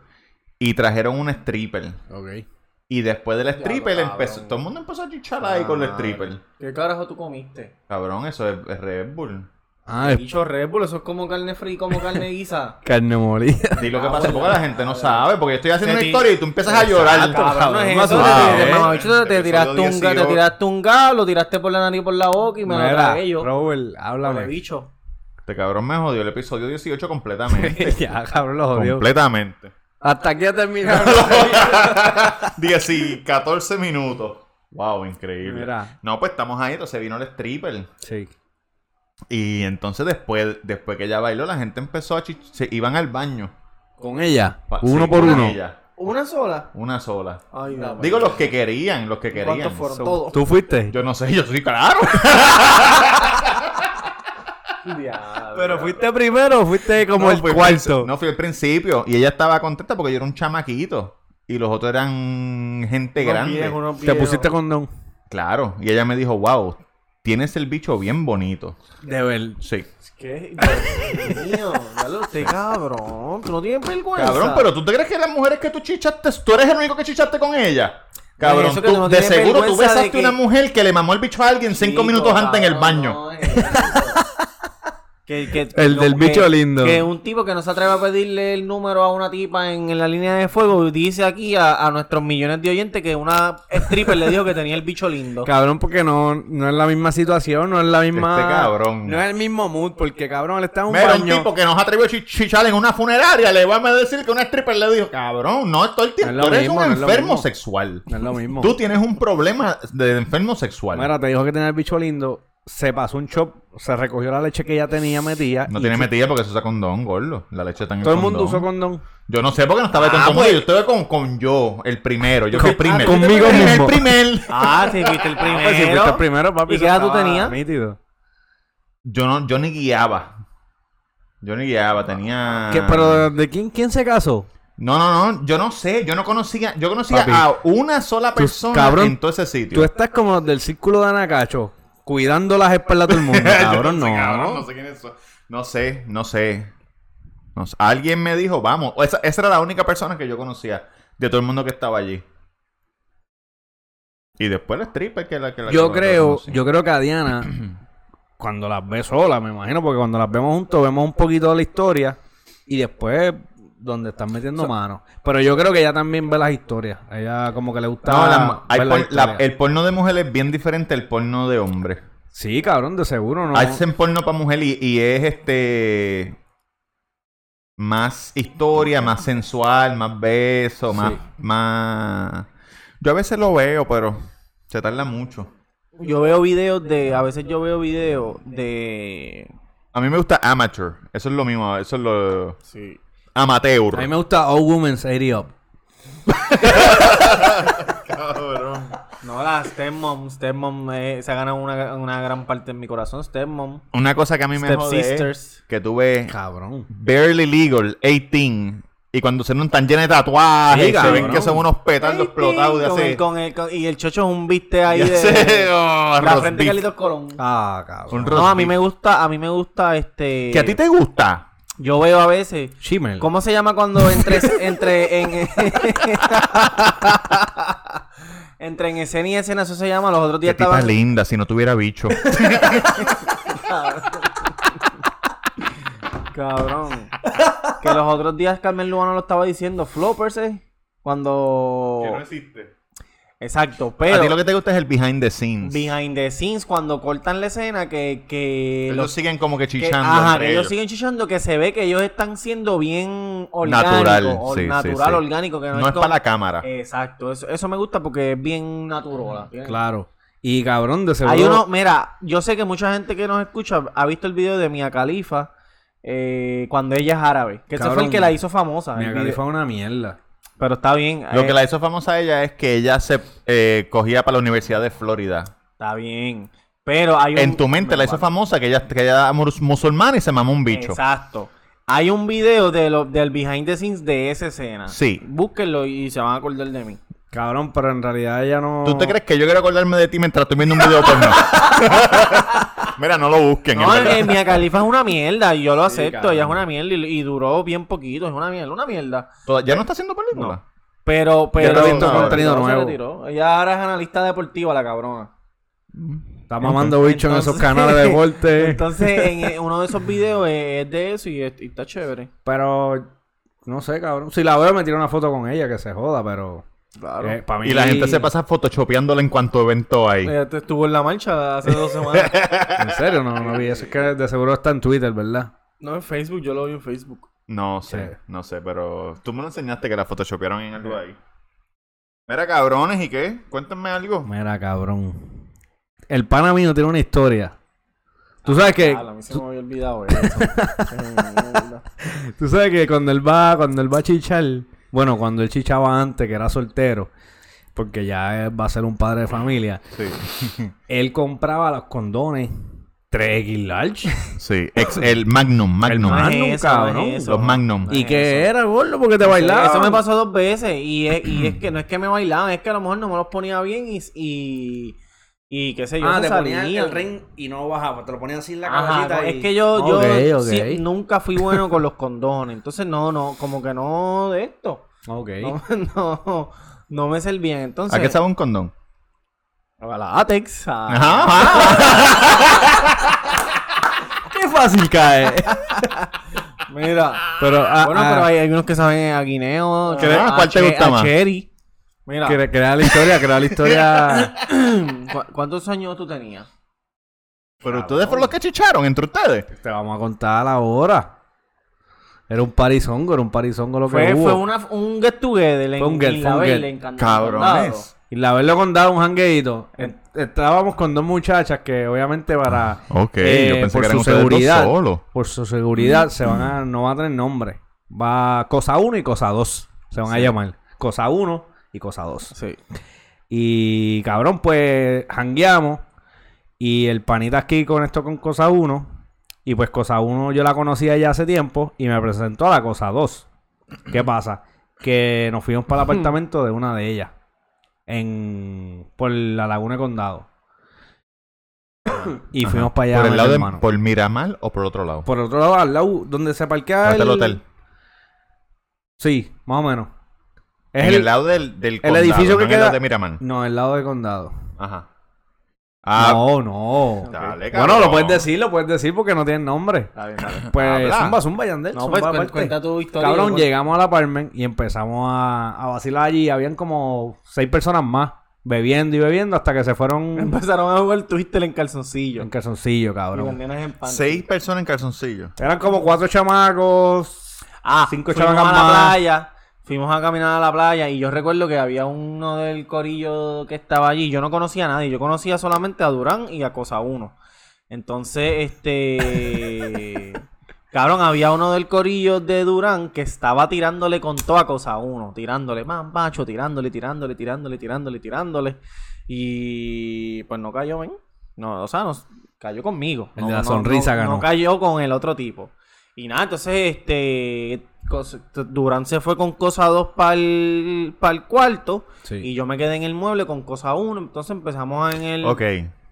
[SPEAKER 2] Y trajeron un stripper.
[SPEAKER 1] Ok.
[SPEAKER 2] Y después del stripper
[SPEAKER 3] cabrón. Ah,
[SPEAKER 2] empezó. Todo el mundo empezó a chichar ahí con
[SPEAKER 1] Ah,
[SPEAKER 2] el stripper.
[SPEAKER 3] ¿Qué carajo tú comiste?
[SPEAKER 2] Cabrón, eso es, es Red Bull.
[SPEAKER 3] [LAUGHS]
[SPEAKER 1] Ah, es
[SPEAKER 3] Dicho Red Bull, eso es como carne fría, como carne
[SPEAKER 1] [LAUGHS]
[SPEAKER 3] guisa.
[SPEAKER 1] carne molida.
[SPEAKER 2] Di lo que pasa, porque la gente no sabe, porque yo estoy haciendo
[SPEAKER 3] Se
[SPEAKER 2] una
[SPEAKER 3] ti-
[SPEAKER 2] historia y tú empiezas a llorar.
[SPEAKER 3] Cabrón, no es eso.
[SPEAKER 2] Wow,
[SPEAKER 3] te,
[SPEAKER 2] eh.
[SPEAKER 3] te- mamabicho, te
[SPEAKER 2] Episodio
[SPEAKER 3] tiraste un ga- te
[SPEAKER 2] 18.
[SPEAKER 3] tiraste un gas, lo tiraste por la nariz y por la boca y me lo
[SPEAKER 1] Mira,
[SPEAKER 3] tragué yo.
[SPEAKER 1] Robert,
[SPEAKER 3] Come
[SPEAKER 1] háblame.
[SPEAKER 3] bicho.
[SPEAKER 2] Este cabrón me jodió el episodio
[SPEAKER 3] [LAUGHS]
[SPEAKER 2] 18 completamente.
[SPEAKER 1] [LAUGHS] ya, cabrón, lo jodió.
[SPEAKER 2] completamente.
[SPEAKER 1] Hasta aquí ha terminado.
[SPEAKER 2] [LAUGHS] 10 y 14 minutos. Wow, increíble.
[SPEAKER 1] Mira.
[SPEAKER 2] No, pues estamos ahí, entonces vino el stripper.
[SPEAKER 1] sí.
[SPEAKER 2] Y entonces después, después que ella bailó, la gente empezó a chich- se iban al baño.
[SPEAKER 1] Con ella.
[SPEAKER 2] Pa-
[SPEAKER 1] uno
[SPEAKER 2] sí,
[SPEAKER 1] por
[SPEAKER 2] con
[SPEAKER 1] uno.
[SPEAKER 2] ella,
[SPEAKER 3] ¿Una sola?
[SPEAKER 2] una sola.
[SPEAKER 3] Ay, Dios
[SPEAKER 2] Digo los que querían, los que querían. [LAUGHS]
[SPEAKER 3] ¿Cuántos fueron? Todos.
[SPEAKER 1] ¿Tú fuiste?
[SPEAKER 2] Yo no sé, yo soy claro.
[SPEAKER 1] Pero fuiste primero o fuiste [LAUGHS] como
[SPEAKER 2] No,
[SPEAKER 1] el
[SPEAKER 2] fui
[SPEAKER 1] cuarto.
[SPEAKER 2] princ- No, fui al principio. Y ella estaba contenta porque yo era un chamaquito. Y los otros eran gente grande.
[SPEAKER 1] Te pusiste condón.
[SPEAKER 2] Claro. Y ella me dijo, wow, tienes el bicho bien bonito.
[SPEAKER 1] De ver.
[SPEAKER 2] Sí.
[SPEAKER 3] ¿Qué? Dios mío, dale usted, cabrón. Tú no tienes vergüenza.
[SPEAKER 2] Cabrón, pero ¿tú te crees que las mujeres que tú chichaste, tú eres el único que chichaste con ella? Cabrón,
[SPEAKER 3] Pues eso que
[SPEAKER 2] tú,
[SPEAKER 3] no
[SPEAKER 2] de
[SPEAKER 3] tienes
[SPEAKER 2] seguro tú
[SPEAKER 3] vergüenza de
[SPEAKER 2] besaste
[SPEAKER 3] que-
[SPEAKER 2] una mujer que le mamó el bicho a alguien cinco
[SPEAKER 3] Chico,
[SPEAKER 2] minutos antes en el
[SPEAKER 3] cabrón,
[SPEAKER 2] baño.
[SPEAKER 3] no, es eso. [LAUGHS] Que- que-
[SPEAKER 1] El del bicho
[SPEAKER 3] que-
[SPEAKER 1] lindo.
[SPEAKER 3] Que un tipo que no se atreve a pedirle el número a una tipa en, en la línea de fuego dice aquí a, a nuestros millones de oyentes que una stripper le dijo que tenía el
[SPEAKER 1] [LAUGHS]
[SPEAKER 3] bicho lindo.
[SPEAKER 1] Cabrón, porque no, no es la misma situación, no es la misma.
[SPEAKER 2] Este cabrón.
[SPEAKER 1] No es el mismo mood, porque cabrón, él está en un
[SPEAKER 2] Mira, un
[SPEAKER 1] baño.
[SPEAKER 2] tipo que nos atrevió a chi- chichar en una funeraria, le vamos a decir que una stripper le dijo, cabrón, no, estoy,
[SPEAKER 1] No es lo
[SPEAKER 2] tú eres
[SPEAKER 1] mismo,
[SPEAKER 2] un
[SPEAKER 1] no es lo
[SPEAKER 2] enfermo
[SPEAKER 1] mismo.
[SPEAKER 2] sexual.
[SPEAKER 1] No es lo mismo.
[SPEAKER 2] Tú tienes un problema de enfermo sexual.
[SPEAKER 1] Mira, te dijo que tenía el bicho lindo, se pasó un chop, se recogió la leche que ya tenía metida.
[SPEAKER 2] no
[SPEAKER 1] y
[SPEAKER 2] tiene metida porque se usa condón, gordo. La leche está en
[SPEAKER 1] Todo el
[SPEAKER 2] condón.
[SPEAKER 1] mundo Ah, usó condón.
[SPEAKER 2] Yo no sé porque no estaba con todo el
[SPEAKER 1] pues.
[SPEAKER 2] mundo. Yo estaba con, con yo, el primero. Yo fui el primero.
[SPEAKER 1] ah, conmigo
[SPEAKER 2] el
[SPEAKER 1] mismo.
[SPEAKER 2] primer.
[SPEAKER 3] Ah, sí, fuiste el primero.
[SPEAKER 1] Pues si fuiste el primero, papi.
[SPEAKER 3] ¿Y
[SPEAKER 1] eso
[SPEAKER 3] qué edad tú
[SPEAKER 1] estaba
[SPEAKER 3] tenías?
[SPEAKER 1] Nítido.
[SPEAKER 2] Yo no, yo ni guiaba. Yo ni guiaba, tenía.
[SPEAKER 1] ¿Qué- pero de quién, quién se casó?
[SPEAKER 2] No, no, no. Yo no sé. Yo no conocía. Yo conocía
[SPEAKER 1] Papi,
[SPEAKER 2] a una sola persona
[SPEAKER 1] cabrón,
[SPEAKER 2] en todo ese
[SPEAKER 1] Tú
[SPEAKER 2] sitio.
[SPEAKER 1] estás como los del círculo de Anacacho, cuidando las espaldas de todo el
[SPEAKER 2] [LAUGHS]
[SPEAKER 1] mundo.
[SPEAKER 2] [LAUGHS] Yo
[SPEAKER 1] Cabrón,
[SPEAKER 2] no
[SPEAKER 1] no.
[SPEAKER 2] sé, cabrón, no sé quién es eso. No sé, no sé. No sé. Alguien me dijo, vamos. O Esa, esa era la única persona que yo conocía de todo el mundo que estaba allí. Y después el stripper que la que la
[SPEAKER 1] Yo
[SPEAKER 2] que la
[SPEAKER 1] creo,
[SPEAKER 2] conocí.
[SPEAKER 1] yo creo que a Diana, [CLEARS THROAT] cuando las ve sola, me imagino, porque cuando las vemos juntos, vemos un poquito de la historia y después donde están metiendo manos. Pero yo creo que ella también ve las historias. Ella como que le gusta.
[SPEAKER 2] No, la- hay
[SPEAKER 1] ver las
[SPEAKER 2] por- la-
[SPEAKER 1] historias.
[SPEAKER 2] el porno de mujer es bien diferente al porno de hombre.
[SPEAKER 1] Sí, cabrón, de seguro, ¿no?
[SPEAKER 2] Hacen porno para mujer y, y es este. Más historia, más sensual, más beso, más, más. Yo a veces lo veo, pero se tarda mucho.
[SPEAKER 3] Yo veo videos de. A veces yo veo videos de.
[SPEAKER 2] A mí me gusta amateur. Eso es lo mismo. Eso es lo.
[SPEAKER 3] Sí.
[SPEAKER 2] Amateur.
[SPEAKER 1] A mí me gusta All Women's 80 Up.
[SPEAKER 3] No, la Stepmom. Stepmom eh, se ha ganado una, una gran parte en mi corazón. Stepmom.
[SPEAKER 2] Una cosa que a mí me
[SPEAKER 3] Step
[SPEAKER 2] jode es
[SPEAKER 3] sisters.
[SPEAKER 2] que tú ves
[SPEAKER 1] Cabrón.
[SPEAKER 2] Barely Legal, 18. Y cuando se tan llenas de tatuajes,
[SPEAKER 1] Sí,
[SPEAKER 2] y se ven
[SPEAKER 1] cabrón.
[SPEAKER 2] que son unos pétalos explotados de
[SPEAKER 3] Con
[SPEAKER 2] hace.
[SPEAKER 3] el- con el- con- y el chocho es un viste ahí
[SPEAKER 2] [LAUGHS] Ya
[SPEAKER 3] de.
[SPEAKER 2] sé, oh,
[SPEAKER 3] la
[SPEAKER 2] roast
[SPEAKER 3] frente de
[SPEAKER 2] beef.
[SPEAKER 3] Carlitos Colón.
[SPEAKER 1] Ah, cabrón.
[SPEAKER 2] Un roast
[SPEAKER 3] No, a mí
[SPEAKER 2] beef.
[SPEAKER 3] me gusta, a mí me gusta este.
[SPEAKER 2] Que a ti te gusta.
[SPEAKER 3] Yo veo a veces.
[SPEAKER 1] Chimel.
[SPEAKER 3] ¿Cómo se llama cuando
[SPEAKER 2] [LAUGHS]
[SPEAKER 3] entre entre en [LAUGHS] entre en escena y escena eso se llama los otros
[SPEAKER 2] Qué
[SPEAKER 3] días
[SPEAKER 2] tipa
[SPEAKER 3] estaban
[SPEAKER 2] linda, si no tuviera bicho.
[SPEAKER 3] [LAUGHS] cabrón que los otros días Carmen Lugano lo estaba diciendo floppers eh, cuando
[SPEAKER 2] existe.
[SPEAKER 3] exacto
[SPEAKER 2] a ti
[SPEAKER 3] pero
[SPEAKER 2] lo que te gusta es el behind the scenes.
[SPEAKER 3] behind the scenes cuando cortan la escena que que
[SPEAKER 2] ellos
[SPEAKER 3] los
[SPEAKER 2] siguen como que
[SPEAKER 3] que-
[SPEAKER 2] chichando.
[SPEAKER 3] ajá,
[SPEAKER 2] entre
[SPEAKER 3] que ellos
[SPEAKER 2] ellos.
[SPEAKER 3] siguen chichando que se ve que ellos están siendo bien orgánico,
[SPEAKER 2] Natural,
[SPEAKER 3] or-
[SPEAKER 2] sí, sí,
[SPEAKER 3] natural
[SPEAKER 2] sí.
[SPEAKER 3] orgánico que no,
[SPEAKER 2] No es
[SPEAKER 3] como- eh,
[SPEAKER 2] para la cámara.
[SPEAKER 3] Exacto, eso, eso me gusta porque es bien natural.
[SPEAKER 1] Claro. Y cabrón, de seguro.
[SPEAKER 3] Hay uno, mira, yo sé que mucha gente que nos escucha ha visto el video de Mia Khalifa eh, cuando ella es árabe. Que ese fue
[SPEAKER 1] Cabrón.
[SPEAKER 3] el que la hizo famosa. el
[SPEAKER 1] Mira,
[SPEAKER 3] video.
[SPEAKER 1] Califa es una mierda.
[SPEAKER 3] Pero está bien.
[SPEAKER 2] Lo
[SPEAKER 3] eh,
[SPEAKER 2] que la hizo famosa a ella es que ella se eh, cogía para la Universidad de Florida.
[SPEAKER 3] Está bien. Pero hay un.
[SPEAKER 2] En tu mente la hizo famosa que ella, que ella era mus- musulmana y se mamó un bicho.
[SPEAKER 3] Exacto. Hay un video de lo- del behind the scenes de esa escena.
[SPEAKER 2] Sí.
[SPEAKER 3] Búsquenlo y se van a acordar de mí.
[SPEAKER 1] Cabrón, pero en realidad ella no.
[SPEAKER 2] ¿Tú te crees que yo quiero acordarme de ti mientras estoy viendo un video porno? [LAUGHS] Mira, no lo busquen.
[SPEAKER 3] No,
[SPEAKER 2] en verdad.
[SPEAKER 3] eh, Mia Khalifa es una mierda y yo lo acepto.
[SPEAKER 1] cabrón.
[SPEAKER 3] ella es una mierda y, y duró bien poquito. Es una mierda, una mierda.
[SPEAKER 2] Toda- ¿Ya no está haciendo película?
[SPEAKER 3] No. Pero, pero.
[SPEAKER 1] no he visto
[SPEAKER 3] pero
[SPEAKER 1] contenido
[SPEAKER 3] se
[SPEAKER 1] nuevo.
[SPEAKER 3] retiró. Ella ahora es analista deportiva, la cabrona.
[SPEAKER 1] Está mamando bicho en esos
[SPEAKER 3] Entonces-
[SPEAKER 1] canales
[SPEAKER 3] [LAUGHS]
[SPEAKER 1] de deporte.
[SPEAKER 2] [LAUGHS]
[SPEAKER 3] Entonces, en eh, uno de esos videos es, es de eso y, es- y está chévere.
[SPEAKER 1] Pero. No sé, cabrón. Si la veo, me tiro una foto con ella, que se joda, pero.
[SPEAKER 3] Claro.
[SPEAKER 1] eh, pa' mí-
[SPEAKER 2] Y la gente se pasa photoshopeándola en cuanto evento hay.
[SPEAKER 3] Ella te- estuvo en la marcha hace
[SPEAKER 1] [LAUGHS]
[SPEAKER 3] dos semanas.
[SPEAKER 1] En serio, no, no vi. Eso es que de seguro está en Twitter, ¿verdad?
[SPEAKER 3] no, en Facebook, yo lo vi en Facebook.
[SPEAKER 2] No
[SPEAKER 1] Sí.
[SPEAKER 2] sé, no sé, pero tú me lo enseñaste que la photoshopearon en algo ahí. Mira, cabrones, ¿y qué? Cuéntame algo.
[SPEAKER 1] Mira, cabrón. El pana mío tiene una historia. Tú sabes
[SPEAKER 2] Eh,
[SPEAKER 1] que.
[SPEAKER 3] Ah, a mí se me había olvidado
[SPEAKER 2] [LAUGHS]
[SPEAKER 3] eso. Mierda.
[SPEAKER 1] Tú sabes que cuando él va, cuando él va a chichar, bueno, cuando él chichaba antes, que era soltero, porque ya eh, va a ser un padre de familia,
[SPEAKER 2] Sí.
[SPEAKER 1] él compraba los condones 3X large.
[SPEAKER 2] Sí, ex- el Magnum, Magnum.
[SPEAKER 1] Magnum.
[SPEAKER 3] No es eso,
[SPEAKER 1] cabrón.
[SPEAKER 3] no es eso.
[SPEAKER 2] Los Magnum.
[SPEAKER 1] ¿Y
[SPEAKER 3] Eso.
[SPEAKER 1] qué era, gordo? Porque te
[SPEAKER 3] Sí,
[SPEAKER 1] bailaba.
[SPEAKER 3] Eso me pasó dos veces. Y es, y es que no es que me bailaban, es que a lo mejor no me los ponía bien y. Y, y qué sé yo,
[SPEAKER 1] Ah,
[SPEAKER 3] se
[SPEAKER 1] te ponían
[SPEAKER 3] salían.
[SPEAKER 1] el ring y no bajaba. Te lo ponían así en la
[SPEAKER 3] Ajá,
[SPEAKER 1] cabecita.
[SPEAKER 3] es
[SPEAKER 1] y-
[SPEAKER 3] que yo,
[SPEAKER 1] Ok,
[SPEAKER 3] yo
[SPEAKER 1] ok.
[SPEAKER 3] sí- nunca fui bueno con los condones. Entonces, no, no, como que no de esto.
[SPEAKER 1] [LAUGHS] Ok.
[SPEAKER 3] No, [LAUGHS] no, no me servían. Entonces,
[SPEAKER 2] ¿A qué sabe un condón?
[SPEAKER 3] a la Atex. a-
[SPEAKER 2] Ajá, ajá.
[SPEAKER 1] Qué fácil
[SPEAKER 3] [LAUGHS]
[SPEAKER 1] cae.
[SPEAKER 3] Mira.
[SPEAKER 1] Pero, ah,
[SPEAKER 3] bueno,
[SPEAKER 1] ah,
[SPEAKER 3] pero hay algunos que saben a guineo.
[SPEAKER 2] ¿Qué-
[SPEAKER 3] a-
[SPEAKER 2] cuál te
[SPEAKER 3] a che-
[SPEAKER 2] gusta
[SPEAKER 3] a
[SPEAKER 2] más?
[SPEAKER 3] Cherry. Mira,
[SPEAKER 1] cre- crea la historia, crea la
[SPEAKER 3] [LAUGHS]
[SPEAKER 1] historia.
[SPEAKER 3] ¿cu- ¿cuántos años tú tenías?
[SPEAKER 2] Pero ustedes fueron los que chicharon entre ustedes.
[SPEAKER 1] te vamos a contar ahora. Era un parizongo, era un parizongo lo que
[SPEAKER 3] Fue,
[SPEAKER 1] hubo.
[SPEAKER 3] fue una, un get together en,
[SPEAKER 1] Fue un get,
[SPEAKER 3] en
[SPEAKER 1] fue
[SPEAKER 3] la
[SPEAKER 1] un
[SPEAKER 3] Verde,
[SPEAKER 1] get.
[SPEAKER 3] en Candado Condado.
[SPEAKER 2] Cabrones.
[SPEAKER 1] Y la verlo contado un jangueito. En- Estábamos con dos muchachas que obviamente para
[SPEAKER 2] Ok,
[SPEAKER 1] eh,
[SPEAKER 2] yo pensé
[SPEAKER 1] por
[SPEAKER 2] que eran
[SPEAKER 1] su
[SPEAKER 2] ustedes
[SPEAKER 1] seguridad,
[SPEAKER 2] dos solos.
[SPEAKER 1] por su seguridad se van a no va a tener nombre. Va cosa 1 y cosa 2. Se van a llamar cosa 1 y cosa 2.
[SPEAKER 3] Sí.
[SPEAKER 1] Y cabrón, pues jangueamos. Y el panita aquí con esto con cosa 1. Y pues cosa 1 yo la conocía ya hace tiempo. Y me presentó a la cosa 2. ¿Qué pasa? Que nos fuimos
[SPEAKER 2] [LAUGHS]
[SPEAKER 1] para el apartamento de una de ellas. En. Por la laguna de condado. y fuimos para allá.
[SPEAKER 2] ¿Por
[SPEAKER 1] mi
[SPEAKER 2] el lado de
[SPEAKER 1] hermano.
[SPEAKER 2] por Miramar o por otro lado?
[SPEAKER 1] Por otro lado, al lado donde se parquea
[SPEAKER 2] ¿Dónde está el hotel?
[SPEAKER 1] Sí, más o menos. Es
[SPEAKER 2] en
[SPEAKER 1] el,
[SPEAKER 2] el lado del, del condado,
[SPEAKER 1] edificio
[SPEAKER 2] no
[SPEAKER 1] que
[SPEAKER 2] en el
[SPEAKER 1] queda-
[SPEAKER 2] lado
[SPEAKER 1] Mm.
[SPEAKER 2] de Miramar.
[SPEAKER 1] No, el lado de condado.
[SPEAKER 2] Ajá. Ah,
[SPEAKER 1] no, no.
[SPEAKER 2] dale,
[SPEAKER 1] Bueno, lo
[SPEAKER 2] Eh, cabrón.
[SPEAKER 1] puedes decir, lo puedes decir porque no tiene nombre.
[SPEAKER 3] Está bien,
[SPEAKER 1] [LAUGHS]
[SPEAKER 3] dale.
[SPEAKER 1] Pues
[SPEAKER 2] Habla.
[SPEAKER 1] zumba, zumba, Yandel.
[SPEAKER 3] No,
[SPEAKER 1] zumba,
[SPEAKER 3] pues cuen-
[SPEAKER 1] aparte.
[SPEAKER 3] cuenta tu historia.
[SPEAKER 1] Cabrón,
[SPEAKER 3] Pues,
[SPEAKER 1] llegamos a la Palmen y empezamos a, a vacilar allí. Habían como seis personas más bebiendo y bebiendo hasta que se fueron
[SPEAKER 3] [LAUGHS] Empezaron a jugar Twister en calzoncillo.
[SPEAKER 1] en calzoncillo,
[SPEAKER 3] Y las
[SPEAKER 1] cabrón.
[SPEAKER 3] nenas en panty.
[SPEAKER 2] Seis personas en calzoncillo.
[SPEAKER 1] Eran como cuatro chamacos.
[SPEAKER 3] Ah,
[SPEAKER 1] Cinco
[SPEAKER 3] fuimos
[SPEAKER 1] chamacas
[SPEAKER 3] a la
[SPEAKER 1] más.
[SPEAKER 3] playa. Fuimos a caminar a la playa y yo recuerdo que había uno del corillo que estaba allí. Yo no conocía a nadie, yo conocía solamente a Durán y a Cosa 1. Entonces,
[SPEAKER 1] [LAUGHS]
[SPEAKER 3] este. cabrón, había uno del corillo de Durán que estaba tirándole con toda Cosa 1. Tirándole, más macho, tirándole, tirándole, tirándole, tirándole, tirándole. Y. Pues no cayó, ¿ven? No, o sea, nos cayó conmigo.
[SPEAKER 1] El
[SPEAKER 3] No-
[SPEAKER 1] de la
[SPEAKER 3] no-
[SPEAKER 1] sonrisa
[SPEAKER 3] no-
[SPEAKER 1] ganó.
[SPEAKER 3] No cayó con el otro tipo. Y nada, entonces, este. cos- Durán se fue con cosa 2 para el cuarto.
[SPEAKER 1] Sí.
[SPEAKER 3] Y yo me quedé en el mueble con cosa 1. Entonces empezamos en el.
[SPEAKER 2] Ok,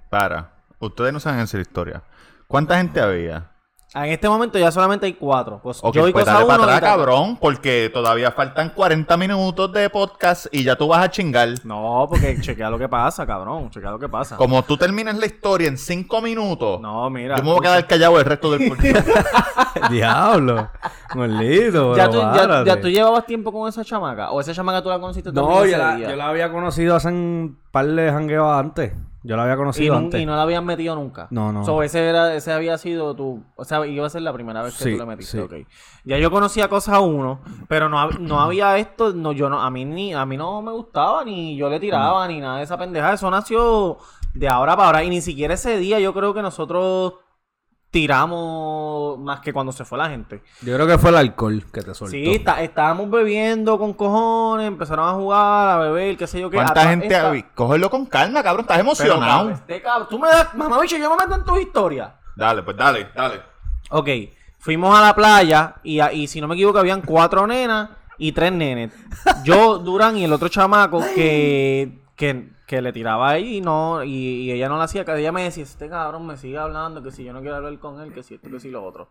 [SPEAKER 2] para. Ustedes no saben hacer historia. ¿Cuánta gente había?
[SPEAKER 3] Ah, En este momento ya solamente hay cuatro. Cos-
[SPEAKER 2] Ok,
[SPEAKER 3] yo y
[SPEAKER 2] pues
[SPEAKER 3] cosa
[SPEAKER 2] dale
[SPEAKER 3] 1.
[SPEAKER 2] para atrás, cabrón, porque todavía faltan 40 minutos de podcast y ya tú vas a chingar.
[SPEAKER 3] No, porque chequea lo que pasa, cabrón. Chequea lo que pasa.
[SPEAKER 2] Como tú terminas la historia en 5 minutos,
[SPEAKER 3] No, mira.
[SPEAKER 2] yo me voy a quedar callado el
[SPEAKER 3] [LAUGHS]
[SPEAKER 2] resto del podcast.
[SPEAKER 1] [LAUGHS] Diablo. Maldito,
[SPEAKER 3] Ya
[SPEAKER 1] pero
[SPEAKER 3] tú, ya,
[SPEAKER 1] párate.
[SPEAKER 3] ya tú llevabas tiempo con esa chamaca. O esa chamaca tú la conociste
[SPEAKER 1] No,
[SPEAKER 3] también
[SPEAKER 1] yo
[SPEAKER 3] ese
[SPEAKER 1] la,
[SPEAKER 3] día?
[SPEAKER 1] yo la había conocido hace un par de jangueos antes. Yo la había
[SPEAKER 3] y,
[SPEAKER 1] conocido
[SPEAKER 3] nun-
[SPEAKER 1] antes.
[SPEAKER 3] y no la habían metido nunca.
[SPEAKER 1] No, no.
[SPEAKER 3] So, ese, era, ese había sido tu. O sea, iba a ser la primera vez que
[SPEAKER 1] Sí,
[SPEAKER 3] tú le metiste.
[SPEAKER 1] sí.
[SPEAKER 3] ok. Ya yo conocía cosas uno, pero no, hab- no había esto. No, yo no, a mí ni, a mí no me gustaba, ni yo le tiraba, ni nada de esa pendeja. Eso nació de ahora para ahora. Y ni siquiera ese día yo creo que nosotros tiramos más que cuando se fue la gente.
[SPEAKER 1] Yo creo que fue el alcohol que te soltó.
[SPEAKER 3] Sí, está- estábamos bebiendo con cojones, empezaron a jugar, a beber, qué sé yo qué.
[SPEAKER 2] ¿Cuánta
[SPEAKER 3] Atrás
[SPEAKER 2] gente
[SPEAKER 3] esta-
[SPEAKER 2] había? Cógelo con calma, cabrón, estás
[SPEAKER 3] Pero,
[SPEAKER 2] emocionado.
[SPEAKER 3] cabrón, este cabrón, tú me das, mamá bicho, yo me meto en tus historias.
[SPEAKER 2] Dale, pues dale, dale.
[SPEAKER 3] Ok, fuimos a la playa y, a- y si no me equivoco habían cuatro nenas y tres nenes.
[SPEAKER 1] [LAUGHS]
[SPEAKER 3] Yo, Durán y el otro chamaco que, que, que le tiraba ahí y no, y, y ella no la hacía, que ella me decía, este cabrón me sigue hablando, que si yo no quiero hablar con él, que si esto, que si lo otro.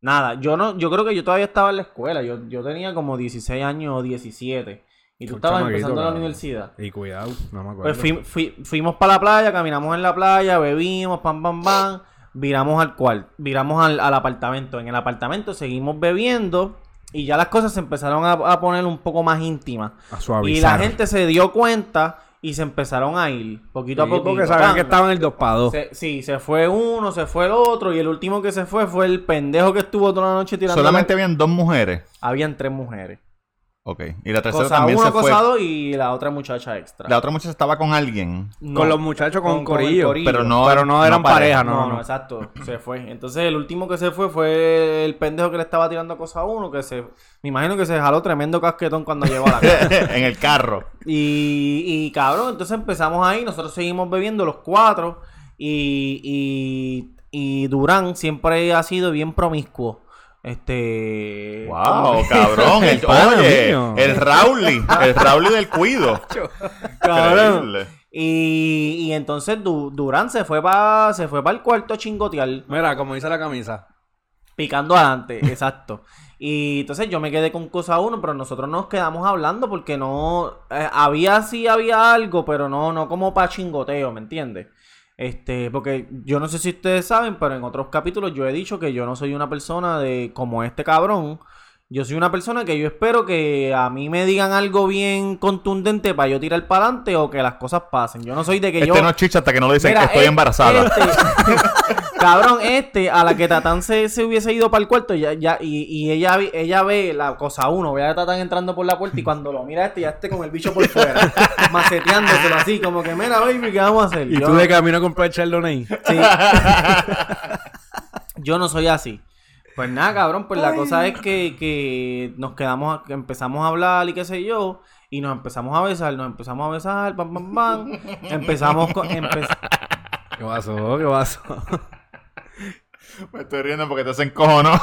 [SPEAKER 3] Nada, yo no, yo creo que yo todavía estaba en la escuela, yo, yo tenía como 16 años o 17 y tú
[SPEAKER 1] Un
[SPEAKER 3] estabas
[SPEAKER 1] chamaquito,
[SPEAKER 3] empezando la
[SPEAKER 1] cabrón.
[SPEAKER 3] universidad.
[SPEAKER 1] Y cuidado, no me acuerdo.
[SPEAKER 3] Pues fui- fui- fuimos para la playa, caminamos en la playa, bebimos, pam, pam, pam. Viramos al cuarto, viramos al, al apartamento. En el apartamento seguimos bebiendo y ya las cosas se empezaron a, a poner un poco más íntimas.
[SPEAKER 1] a
[SPEAKER 3] Y
[SPEAKER 1] suavizar.
[SPEAKER 3] la gente se dio cuenta y se empezaron a ir, poquito a
[SPEAKER 1] Sí,
[SPEAKER 3] poquito.
[SPEAKER 1] porque sabían
[SPEAKER 3] pam.
[SPEAKER 1] que estaban el 2 para 2.
[SPEAKER 3] Se- sí, se fue uno, se fue el otro y el último que se fue fue el pendejo que estuvo toda la noche tirando.
[SPEAKER 2] Solamente habían dos mujeres.
[SPEAKER 3] Habían tres mujeres.
[SPEAKER 2] Ok, y la tercera
[SPEAKER 3] Cosa
[SPEAKER 2] también
[SPEAKER 3] uno,
[SPEAKER 2] se fue.
[SPEAKER 3] cosa dos y la otra muchacha extra.
[SPEAKER 2] La otra muchacha estaba con alguien,
[SPEAKER 3] No.
[SPEAKER 1] Con los muchachos con,
[SPEAKER 3] Con- con el
[SPEAKER 1] corillo.
[SPEAKER 3] corillo.
[SPEAKER 2] pero no,
[SPEAKER 1] Pero no eran pareja, Ah, no, no, no.
[SPEAKER 3] exacto. Se fue. Entonces, el último que se fue fue el pendejo que le estaba tirando cosas a uno, que se... Me imagino que se jaló tremendo casquetón cuando llegó a
[SPEAKER 1] [LAUGHS]
[SPEAKER 3] la casa.
[SPEAKER 2] [LAUGHS] en el carro.
[SPEAKER 3] Y, y, cabrón, entonces empezamos ahí, nosotros seguimos bebiendo los cuatro y, y, y Durán siempre ha sido bien promiscuo. Este.
[SPEAKER 2] Wow, cabrón. [LAUGHS] El,
[SPEAKER 1] Ah,
[SPEAKER 2] oye,
[SPEAKER 1] niño.
[SPEAKER 2] el Rowley. El Rowley del cuido.
[SPEAKER 3] Cabrón.
[SPEAKER 2] Increíble.
[SPEAKER 3] Y, y entonces Du- Durán se fue para se fue para el cuarto a chingotear,
[SPEAKER 1] Mira, como dice la camisa.
[SPEAKER 3] picando
[SPEAKER 2] [LAUGHS]
[SPEAKER 3] adelante, exacto. Y entonces yo me quedé con cosa uno, pero nosotros nos quedamos hablando porque no eh, había sí había algo, pero no no como para chingoteo, ¿me entiendes? Este, porque yo no sé si ustedes saben, pero en otros capítulos yo he dicho que yo no soy una persona de como este cabrón. Yo soy una persona que yo espero que a mí me digan algo bien contundente para yo tirar para adelante o que las cosas pasen. Yo no soy de que
[SPEAKER 2] Este
[SPEAKER 3] yo
[SPEAKER 2] no es chicha hasta que no le dicen
[SPEAKER 3] Mira,
[SPEAKER 2] que estoy
[SPEAKER 3] eh,
[SPEAKER 2] embarazada.
[SPEAKER 3] este- [LAUGHS] cabrón, este, a la que Tatán se, se hubiese ido para el cuarto ya, ya, y, y ella, vi- ella ve la cosa uno, ve a Tatán entrando por la puerta y cuando lo mira este, ya este con el bicho
[SPEAKER 1] [LAUGHS]
[SPEAKER 3] por fuera, maceteándoselo así, como que, mira, baby, ¿qué vamos a hacer?
[SPEAKER 1] Y
[SPEAKER 3] Yo-
[SPEAKER 1] tú de camino a comprar Chardonnay.
[SPEAKER 3] Sí. Yo no soy así. Pues nada, cabrón, pues la cosa es que, que nos quedamos, que empezamos a hablar y qué sé yo, y nos empezamos a besar, nos empezamos a besar, pam, pam, pam,
[SPEAKER 1] [LAUGHS]
[SPEAKER 3] empezamos con... empe-
[SPEAKER 1] ¿Qué pasó? ¿Qué pasó?
[SPEAKER 2] Me estoy riendo porque te hacen cojono.
[SPEAKER 1] [LAUGHS]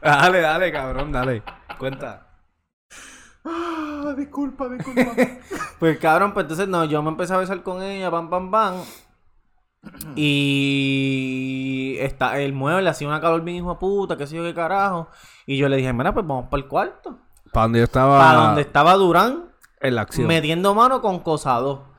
[SPEAKER 1] dale, dale, cabrón, dale. Cuenta.
[SPEAKER 2] disculpa, disculpa.
[SPEAKER 3] Pues cabrón, pues entonces no, yo me empecé a besar con ella, pam, pam, pam. Y está, el mueble hacía una calor bien hijo de puta, qué sé yo qué carajo. Y yo le dije, mira, pues vamos para el cuarto.
[SPEAKER 1] Para donde yo estaba.
[SPEAKER 3] Para donde estaba Durán,
[SPEAKER 1] En la acción.
[SPEAKER 3] metiendo mano con cosado.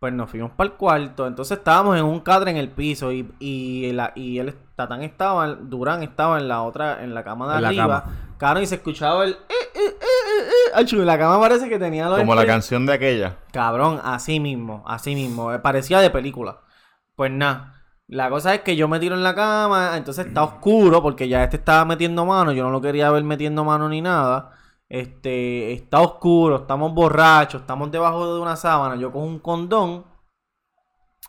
[SPEAKER 3] Pues nos fuimos para el cuarto. Entonces estábamos en un cadre en el piso. Y, y, la- y él Tatán estaba, Durán estaba en la otra, en la cama de
[SPEAKER 1] En la
[SPEAKER 3] arriba. Cabrón, y se escuchaba el eh, eh, eh, eh, eh. Achu, la cama parece que tenía los
[SPEAKER 2] Como la
[SPEAKER 3] espejo-
[SPEAKER 2] canción de aquella.
[SPEAKER 3] Cabrón, así mismo, así mismo. eh, Parecía de película. Pues nada. La cosa es que yo me tiro en la cama, entonces está oscuro porque ya este estaba metiendo mano, yo no lo quería ver metiendo mano ni nada. Este, está oscuro, estamos borrachos, estamos debajo de una sábana, yo cojo un condón.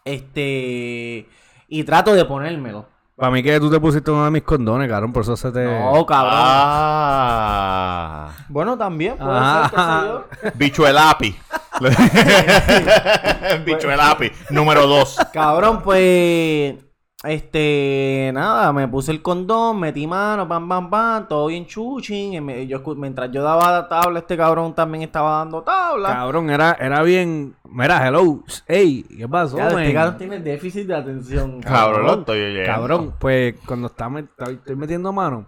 [SPEAKER 3] Este, y trato de ponérmelo.
[SPEAKER 1] Para mí que tú te pusiste uno de mis condones, cabrón, por eso se te.
[SPEAKER 3] No, cabrón.
[SPEAKER 2] Ah.
[SPEAKER 3] Bueno, también puede ser, qué sé yo.
[SPEAKER 1] Ah.
[SPEAKER 2] Bichuelapi. [LAUGHS] Bichuelapi, número 2.
[SPEAKER 3] Cabrón, pues. Este. Nada, me puse el condón, metí mano, pam, pam, pam, todo bien chuching. y me- yo escu- mientras yo daba tabla, este cabrón también estaba dando tabla.
[SPEAKER 1] Cabrón, era, era bien. Mira, hello. Ey, ¿qué pasó,
[SPEAKER 3] Ya, este
[SPEAKER 1] men?
[SPEAKER 3] cabrón tiene déficit de atención.
[SPEAKER 2] Cabrón, lo estoy oyendo.
[SPEAKER 1] Cabrón, pues cuando está met- está- estoy metiendo mano,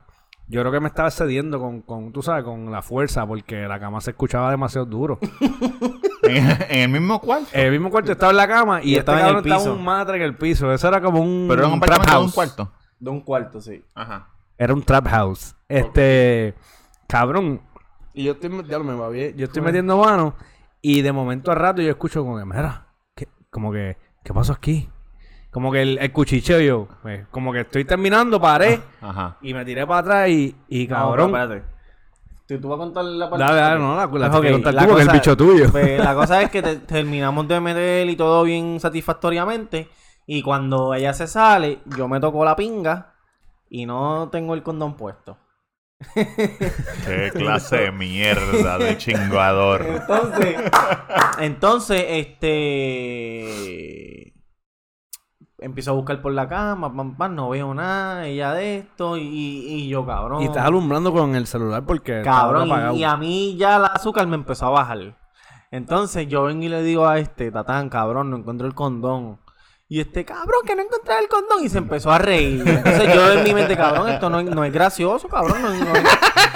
[SPEAKER 1] yo creo que me estaba excediendo con, con, tú sabes, con la fuerza, porque la cama se escuchaba demasiado duro.
[SPEAKER 2] En, en el mismo cuarto.
[SPEAKER 1] El mismo cuarto estaba en la cama y,
[SPEAKER 3] Y
[SPEAKER 1] este
[SPEAKER 3] estaba en el
[SPEAKER 1] cabrón estaba
[SPEAKER 3] piso.
[SPEAKER 1] un matre en el piso. Eso era como un.
[SPEAKER 2] Pero era un
[SPEAKER 3] Mm,
[SPEAKER 1] trap
[SPEAKER 2] apartamento de un
[SPEAKER 1] house.
[SPEAKER 2] cuarto.
[SPEAKER 3] De un cuarto, sí.
[SPEAKER 2] Ajá.
[SPEAKER 1] Era un trap house. Este. Cabrón. Y yo estoy, met- ya lo me va bien. Yo estoy metiendo mano. Y de momento a rato yo escucho como que, mira, ¿qué- como que, ¿qué pasó aquí? Como que el, el cuchicheo yo. eh, Como que estoy terminando, paré.
[SPEAKER 2] Ajá.
[SPEAKER 1] Y me tiré para atrás y, y cabrón.
[SPEAKER 3] No, Ah. pero espérate. ¿Tú, tú vas a contar la parte.
[SPEAKER 1] dale, dale, no, la, la
[SPEAKER 3] Pues,
[SPEAKER 1] tienes que
[SPEAKER 3] ok,
[SPEAKER 1] contar
[SPEAKER 3] la
[SPEAKER 1] tú porque
[SPEAKER 3] cosa-
[SPEAKER 1] el bicho tuyo.
[SPEAKER 3] pues, la cosa es que te- terminamos de meter y todo bien satisfactoriamente. Y cuando ella se sale, yo me toco la pinga y no tengo el condón puesto.
[SPEAKER 2] Qué clase de mierda de
[SPEAKER 3] [LAUGHS]
[SPEAKER 2] chingador.
[SPEAKER 3] Entonces, entonces, este. Empiezo a buscar por la cama, pam, pam, no veo nada, ella de esto, y, y yo, cabrón.
[SPEAKER 1] Y estás alumbrando con el celular porque está
[SPEAKER 3] Cabrón, y-
[SPEAKER 1] apagado.
[SPEAKER 3] y a mí ya el azúcar me empezó a bajar. Entonces yo vengo y le digo a este, Tatán, cabrón, no encontró el condón. Y este, cabrón, que no encontré el condón. Y se empezó a reír. Entonces yo en mi mente, cabrón, esto no, es- no es gracioso, cabrón. No, no-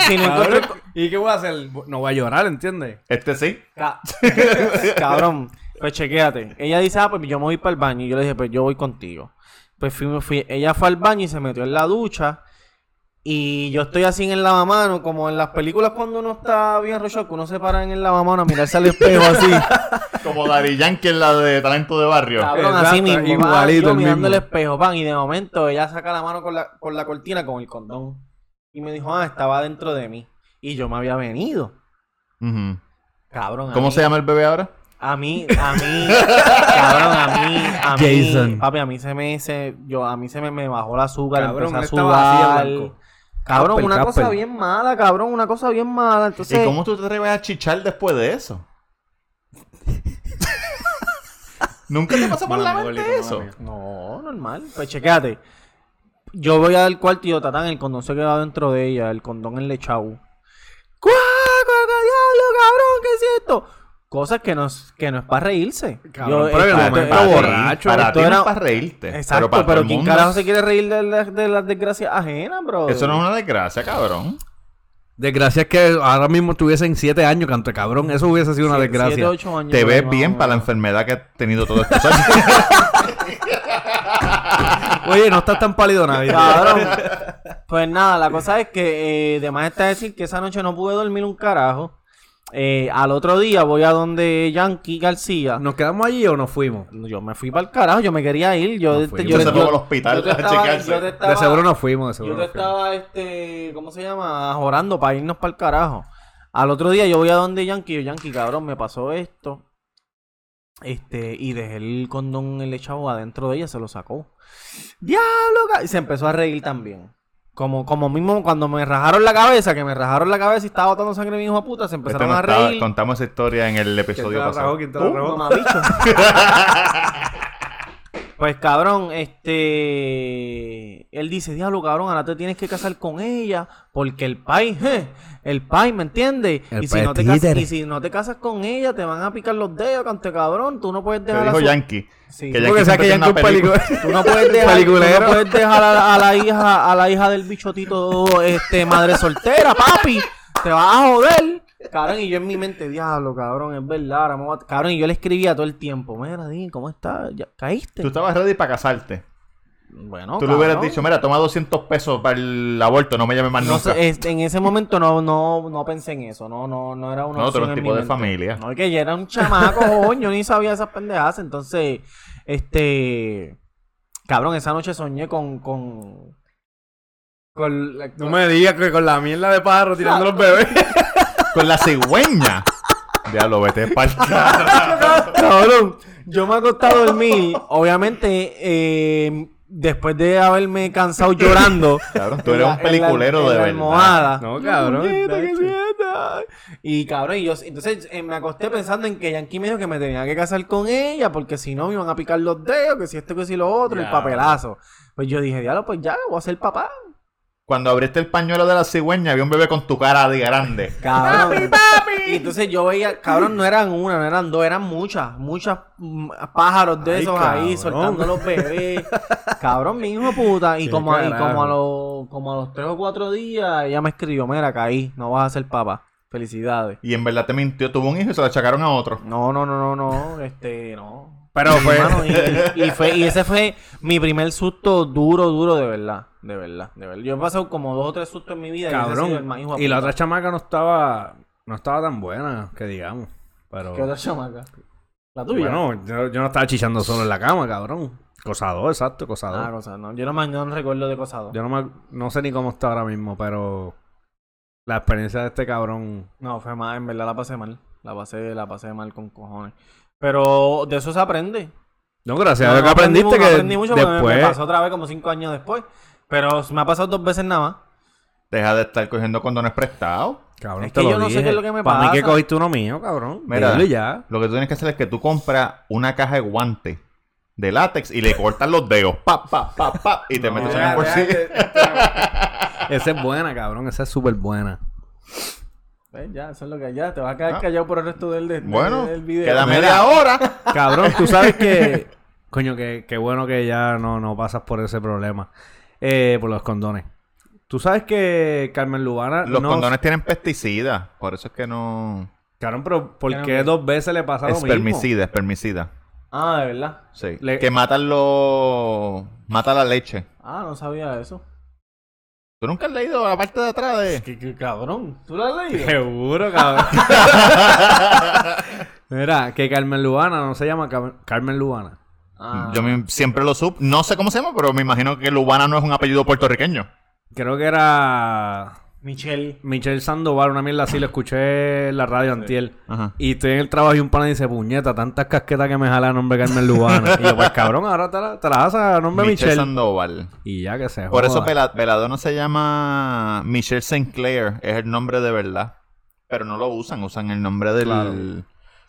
[SPEAKER 3] si no encontré [LAUGHS]
[SPEAKER 1] Cabrón,
[SPEAKER 3] el co-
[SPEAKER 1] ¿Y qué voy a hacer? No voy a llorar, ¿entiendes?
[SPEAKER 2] Este sí.
[SPEAKER 3] Ca- Cabrón, pues chequéate. Ella dice, ah, pues yo me voy para el baño. Y yo le dije, pues yo voy contigo. Pues fui, me fui. Ella fue al baño y se metió en la ducha. Y yo estoy así en el lavamano, como en las películas cuando uno está bien rochado, que uno se para en el lavamano a mirarse al espejo así.
[SPEAKER 2] Como Dari Yankee en la de talento de barrio.
[SPEAKER 3] Cabrón, así
[SPEAKER 1] Exacto,
[SPEAKER 3] mismo. pan,
[SPEAKER 1] igualito
[SPEAKER 3] yo
[SPEAKER 1] el
[SPEAKER 3] mirando
[SPEAKER 1] mismo.
[SPEAKER 3] el espejo, pan. Y de momento ella saca la mano con la, con la cortina con el condón. Y me dijo, ah, estaba dentro de mí. Y yo me había venido.
[SPEAKER 2] Ujú.
[SPEAKER 3] Cabrón. a
[SPEAKER 2] ¿Cómo
[SPEAKER 3] mí-
[SPEAKER 2] se llama el bebé ahora?
[SPEAKER 3] A mí, a mí, cabrón, a mí, a mí,
[SPEAKER 1] Jason.
[SPEAKER 3] papi, a mí se me, se, yo, a mí se me, me bajó el azúcar,
[SPEAKER 1] Cabrón,
[SPEAKER 3] empecé a
[SPEAKER 1] estaba así
[SPEAKER 3] sudar,
[SPEAKER 1] de blanco.
[SPEAKER 3] cabrón,
[SPEAKER 1] Casper,
[SPEAKER 3] una cosa
[SPEAKER 1] Casper.
[SPEAKER 3] bien mala, cabrón, una cosa bien mala, entonces,
[SPEAKER 2] ¿Y cómo tú te atreves a chichar después de eso? [LAUGHS] Nunca te pasa por
[SPEAKER 1] Mala
[SPEAKER 2] la
[SPEAKER 1] mía,
[SPEAKER 2] mente
[SPEAKER 1] Golico,
[SPEAKER 2] eso.
[SPEAKER 1] mala mía.
[SPEAKER 3] Pues, No, normal. Pues chequéate. Yo voy al cuarto y yo, tatán, el condón se queda dentro de ella, el condón en lechau. ¡Cuá, cuá, cuá, diablo, cabrón! ¿Qué es esto? Cosas que no, es- que no es para reírse.
[SPEAKER 1] Cabrón,
[SPEAKER 3] Yo,
[SPEAKER 1] pero
[SPEAKER 3] eh,
[SPEAKER 1] el
[SPEAKER 3] esto-
[SPEAKER 1] momento
[SPEAKER 3] esto-
[SPEAKER 1] era
[SPEAKER 2] para ti-
[SPEAKER 1] borracho,
[SPEAKER 2] Para
[SPEAKER 3] esto
[SPEAKER 2] ti no
[SPEAKER 3] era-
[SPEAKER 2] es para reírte.
[SPEAKER 3] Exacto,
[SPEAKER 2] para
[SPEAKER 3] pero,
[SPEAKER 2] todo el
[SPEAKER 3] ¿quién
[SPEAKER 2] mundo
[SPEAKER 3] carajo
[SPEAKER 2] es-
[SPEAKER 3] se quiere reír de, las- de las desgracias ajenas, bro?
[SPEAKER 2] Eso no es una desgracia, cabrón.
[SPEAKER 1] Desgracia es que ahora mismo estuviesen siete años, canto de cabrón. Eso hubiese sido una desgracia.
[SPEAKER 3] Siete, ocho años,
[SPEAKER 2] Te
[SPEAKER 3] por ahí,
[SPEAKER 2] ves
[SPEAKER 3] más
[SPEAKER 2] bien
[SPEAKER 3] o
[SPEAKER 2] para la
[SPEAKER 3] menos.
[SPEAKER 2] enfermedad que has tenido todos
[SPEAKER 3] [LAUGHS]
[SPEAKER 2] estos años.
[SPEAKER 1] Oye, no estás tan pálido, [LAUGHS] Navidad.
[SPEAKER 3] Cabrón. Pues nada, la cosa es que eh, de más está decir que esa noche no pude dormir un carajo. Eh, al otro día voy a donde Yankee García.
[SPEAKER 1] ¿Nos quedamos allí o nos fuimos?
[SPEAKER 3] Yo me fui para el carajo, yo me quería ir. Yo,
[SPEAKER 1] No fui.
[SPEAKER 3] yo-
[SPEAKER 2] Se
[SPEAKER 3] yo-
[SPEAKER 2] fue al hospital
[SPEAKER 3] yo te
[SPEAKER 2] a
[SPEAKER 3] estaba-
[SPEAKER 2] chequearse.
[SPEAKER 3] yo te
[SPEAKER 2] De
[SPEAKER 1] De
[SPEAKER 3] estaba-
[SPEAKER 1] seguro nos fuimos, de seguro.
[SPEAKER 3] yo te
[SPEAKER 1] nos fuimos.
[SPEAKER 3] estaba, este, ¿cómo se llama? Jorando para irnos para el carajo. Al otro día yo voy a donde Yankee, yo, Yankee, cabrón, me pasó esto. Este, y dejé el condón el echado adentro de ella, se lo sacó. ¡Diablo! ca-! Y se empezó a reír también. Como, como mismo cuando me rajaron la cabeza, que me rajaron la cabeza y estaba botando sangre mi hijo de puta, se
[SPEAKER 2] Esto
[SPEAKER 3] empezaron
[SPEAKER 2] no
[SPEAKER 3] a
[SPEAKER 2] estaba-
[SPEAKER 3] reír.
[SPEAKER 2] contamos esa historia en el
[SPEAKER 1] ¿Quién
[SPEAKER 2] episodio
[SPEAKER 1] te la rajó?
[SPEAKER 2] pasado.
[SPEAKER 1] ¿Quién te la
[SPEAKER 3] Uh,
[SPEAKER 1] rajó?
[SPEAKER 3] mamabicho. [LAUGHS] pues cabrón, este. Él dice: Diablo, cabrón, ahora te tienes que casar con ella. Porque el país, eh, el país, ¿me entiendes?
[SPEAKER 1] El
[SPEAKER 3] Y si,
[SPEAKER 1] país
[SPEAKER 3] no te
[SPEAKER 1] es
[SPEAKER 3] casas,
[SPEAKER 1] títere.
[SPEAKER 3] y si no te casas con ella, te van a picar los dedos, cante cabrón. Tú no puedes
[SPEAKER 2] Te
[SPEAKER 3] dejar a
[SPEAKER 2] dijo
[SPEAKER 3] su-
[SPEAKER 2] Yankee.
[SPEAKER 3] Sí.
[SPEAKER 2] que Yankee siempre tiene una película.
[SPEAKER 1] [LAUGHS]
[SPEAKER 3] Tú no puedes dejar, tú
[SPEAKER 1] Peliculero.
[SPEAKER 3] no puedes dejar a, la, a la hija a la hija del bichotito este madre soltera, papi. Te vas a joder. Cabrón, y yo en mi mente, diablo, cabrón, es verdad. ahora me voy a- Cabrón, y yo le escribía todo el tiempo, mira, Dean, ¿cómo estás? ¿Ya ¿Caíste?
[SPEAKER 2] Tú estabas ready para casarte.
[SPEAKER 3] Bueno,
[SPEAKER 2] Tú le hubieras
[SPEAKER 3] cabrón.
[SPEAKER 2] dicho, mira, toma 200 pesos para el aborto, no me llames más
[SPEAKER 3] No
[SPEAKER 2] nunca.
[SPEAKER 3] sé, este, en ese momento no, no, no pensé en eso, no, no, no era una
[SPEAKER 2] No, otro
[SPEAKER 3] opción en mi
[SPEAKER 2] tipo de
[SPEAKER 3] mente.
[SPEAKER 2] familia.
[SPEAKER 3] No, es que yo era un chamaco, [LAUGHS] joven, yo ni sabía esas pendejadas, entonces, este, cabrón, esa noche soñé con, con, con, la-
[SPEAKER 1] No me digas que con la mierda de pájaro tirando los bebés.
[SPEAKER 2] Con la cigüeña. [LAUGHS] Diablo,
[SPEAKER 3] [LAUGHS]
[SPEAKER 2] vete para
[SPEAKER 3] [LAUGHS] Cabrón, yo me acosté a dormir, obviamente, eh, después de haberme cansado llorando.
[SPEAKER 2] Cabrón, tú
[SPEAKER 3] en
[SPEAKER 2] eres un
[SPEAKER 3] la- en la-
[SPEAKER 2] peliculero
[SPEAKER 3] en
[SPEAKER 2] de
[SPEAKER 3] la
[SPEAKER 2] verdad.
[SPEAKER 3] almohada.
[SPEAKER 1] No, cabrón,
[SPEAKER 3] Puñeta, qué
[SPEAKER 1] tacho.
[SPEAKER 3] mierda. Y cabrón, y yo, entonces eh, me acosté pensando en que Yankee me dijo que me tenía que casar con ella, porque si no me iban a picar los dedos, que si esto, que si lo otro, el
[SPEAKER 2] Ya.
[SPEAKER 3] papelazo. Pues yo dije, diablo, pues ya, voy a ser papá.
[SPEAKER 2] Cuando abriste el pañuelo de la cigüeña, había un bebé con tu cara de grande.
[SPEAKER 3] Cabrón. Y entonces yo veía, cabrón, no eran una, no eran dos, eran muchas, muchas mm, pájaros de
[SPEAKER 1] Ay,
[SPEAKER 3] esos ahí,
[SPEAKER 1] cabrón.
[SPEAKER 3] soltando
[SPEAKER 1] [LAUGHS]
[SPEAKER 3] los bebés. cabrón, mi hijo de puta. Y
[SPEAKER 1] Qué
[SPEAKER 3] como, a- y
[SPEAKER 1] carajo.
[SPEAKER 3] como a los, como a los tres o cuatro días, ella me escribió, mira, caí, no vas a ser papá. Felicidades.
[SPEAKER 2] Y en verdad te mintió, tuvo un hijo y se lo achacaron a otro.
[SPEAKER 3] No, no, no, no, no, este, no.
[SPEAKER 1] [LAUGHS] Pero fue-
[SPEAKER 3] Hermano, y, y fue, y ese fue mi primer susto duro, duro, de verdad. De verdad, de verdad. Yo he pasado como dos o tres sustos en mi vida. y ese ha sido el
[SPEAKER 1] [LAUGHS] Cabrón.
[SPEAKER 3] más hijo de
[SPEAKER 1] Y la
[SPEAKER 3] puta.
[SPEAKER 1] otra chamaca no estaba, no estaba tan buena, que digamos. Pero...
[SPEAKER 3] ¿Qué otra chamaca? La tuya.
[SPEAKER 1] Bueno, yo, yo no estaba chichando solo en la cama, cabrón. Cosador, exacto, cosador.
[SPEAKER 3] Ah, cosa, no. Yo no me no recuerdo de Cosado.
[SPEAKER 1] Yo no, me, no sé ni cómo está ahora mismo, pero la experiencia de este cabrón.
[SPEAKER 3] No, fue mal, en verdad la pasé mal. La pasé, la pasé mal con cojones. Pero de eso se aprende.
[SPEAKER 1] No, gracias a
[SPEAKER 3] No,
[SPEAKER 1] Dios
[SPEAKER 3] no
[SPEAKER 1] que
[SPEAKER 3] aprendí
[SPEAKER 1] aprendiste
[SPEAKER 3] mu- no
[SPEAKER 1] que
[SPEAKER 3] aprendí mucho porque me-
[SPEAKER 1] después.
[SPEAKER 3] me pasó otra vez como cinco años después. Pero me ha pasado dos veces nada más.
[SPEAKER 2] Deja de estar cogiendo condones prestados.
[SPEAKER 1] Cabrón,
[SPEAKER 3] Es
[SPEAKER 1] te
[SPEAKER 3] que
[SPEAKER 1] lo
[SPEAKER 3] yo no sé
[SPEAKER 1] dije.
[SPEAKER 3] qué es lo que me
[SPEAKER 1] Para mí que
[SPEAKER 3] pasa.
[SPEAKER 1] cogiste uno mío, cabrón.
[SPEAKER 2] Mira.
[SPEAKER 1] Dilo y ya.
[SPEAKER 2] Lo que tú tienes que hacer es que tú compras una caja de guante de látex y le cortas los dedos. Pap, pap, pap, pap. Y te metes en el bolsillo.
[SPEAKER 1] Esa es buena, cabrón. Esa es súper buena.
[SPEAKER 3] Ves, Ya, eso es lo que ya. Te vas a quedar
[SPEAKER 2] Ah.
[SPEAKER 3] callado por el resto del, del-
[SPEAKER 2] Bueno,
[SPEAKER 3] del video.
[SPEAKER 2] queda
[SPEAKER 3] Mira, [LAUGHS]
[SPEAKER 2] media hora.
[SPEAKER 1] Cabrón, tú sabes que. [LAUGHS] Coño, que, que bueno que ya no, no pasas por ese problema. Eh, por los condones. Tú sabes que Carmen Lubana.
[SPEAKER 2] Los
[SPEAKER 1] no-
[SPEAKER 2] condones tienen pesticidas. Por eso es que no...
[SPEAKER 1] Cabrón, pero ¿por
[SPEAKER 3] Pero
[SPEAKER 1] qué
[SPEAKER 3] me-
[SPEAKER 1] dos veces le pasa lo
[SPEAKER 2] Es
[SPEAKER 1] mismo?
[SPEAKER 2] permicida, es permicida.
[SPEAKER 3] Ah, de verdad.
[SPEAKER 2] Sí.
[SPEAKER 1] Le-
[SPEAKER 2] Que matan los... Mata la leche.
[SPEAKER 3] Ah, no sabía eso.
[SPEAKER 2] ¿Tú nunca has leído la parte de atrás de...?
[SPEAKER 3] ¿Qué, qué cabrón? ¿Tú lo has
[SPEAKER 2] [LAUGHS]
[SPEAKER 3] leído?
[SPEAKER 1] Seguro, cabrón. Mira, que Carmen Lubana no se llama Cam- Carmen Lubana.
[SPEAKER 3] Ah.
[SPEAKER 2] Yo me- siempre lo supe. No sé cómo se llama, pero me imagino que Lubana no es un apellido puertorriqueño.
[SPEAKER 1] Creo que era
[SPEAKER 3] Michelle.
[SPEAKER 1] Michelle Sandoval, una mierda así, lo escuché en la radio antiel.
[SPEAKER 2] Ajá.
[SPEAKER 1] Y estoy en el trabajo y un pana dice, puñeta, tantas casquetas que me jala el nombre Carmen Lubana. y yo, pues cabrón, ahora te la, te la das a nombre
[SPEAKER 2] Michelle,
[SPEAKER 1] Michelle.
[SPEAKER 2] Sandoval.
[SPEAKER 1] Y ya que se
[SPEAKER 2] Por eso
[SPEAKER 1] joda.
[SPEAKER 2] Pela- Veladona se llama Michelle Sinclair. Es el nombre de verdad. Pero no lo usan. Usan el nombre del...
[SPEAKER 1] Claro.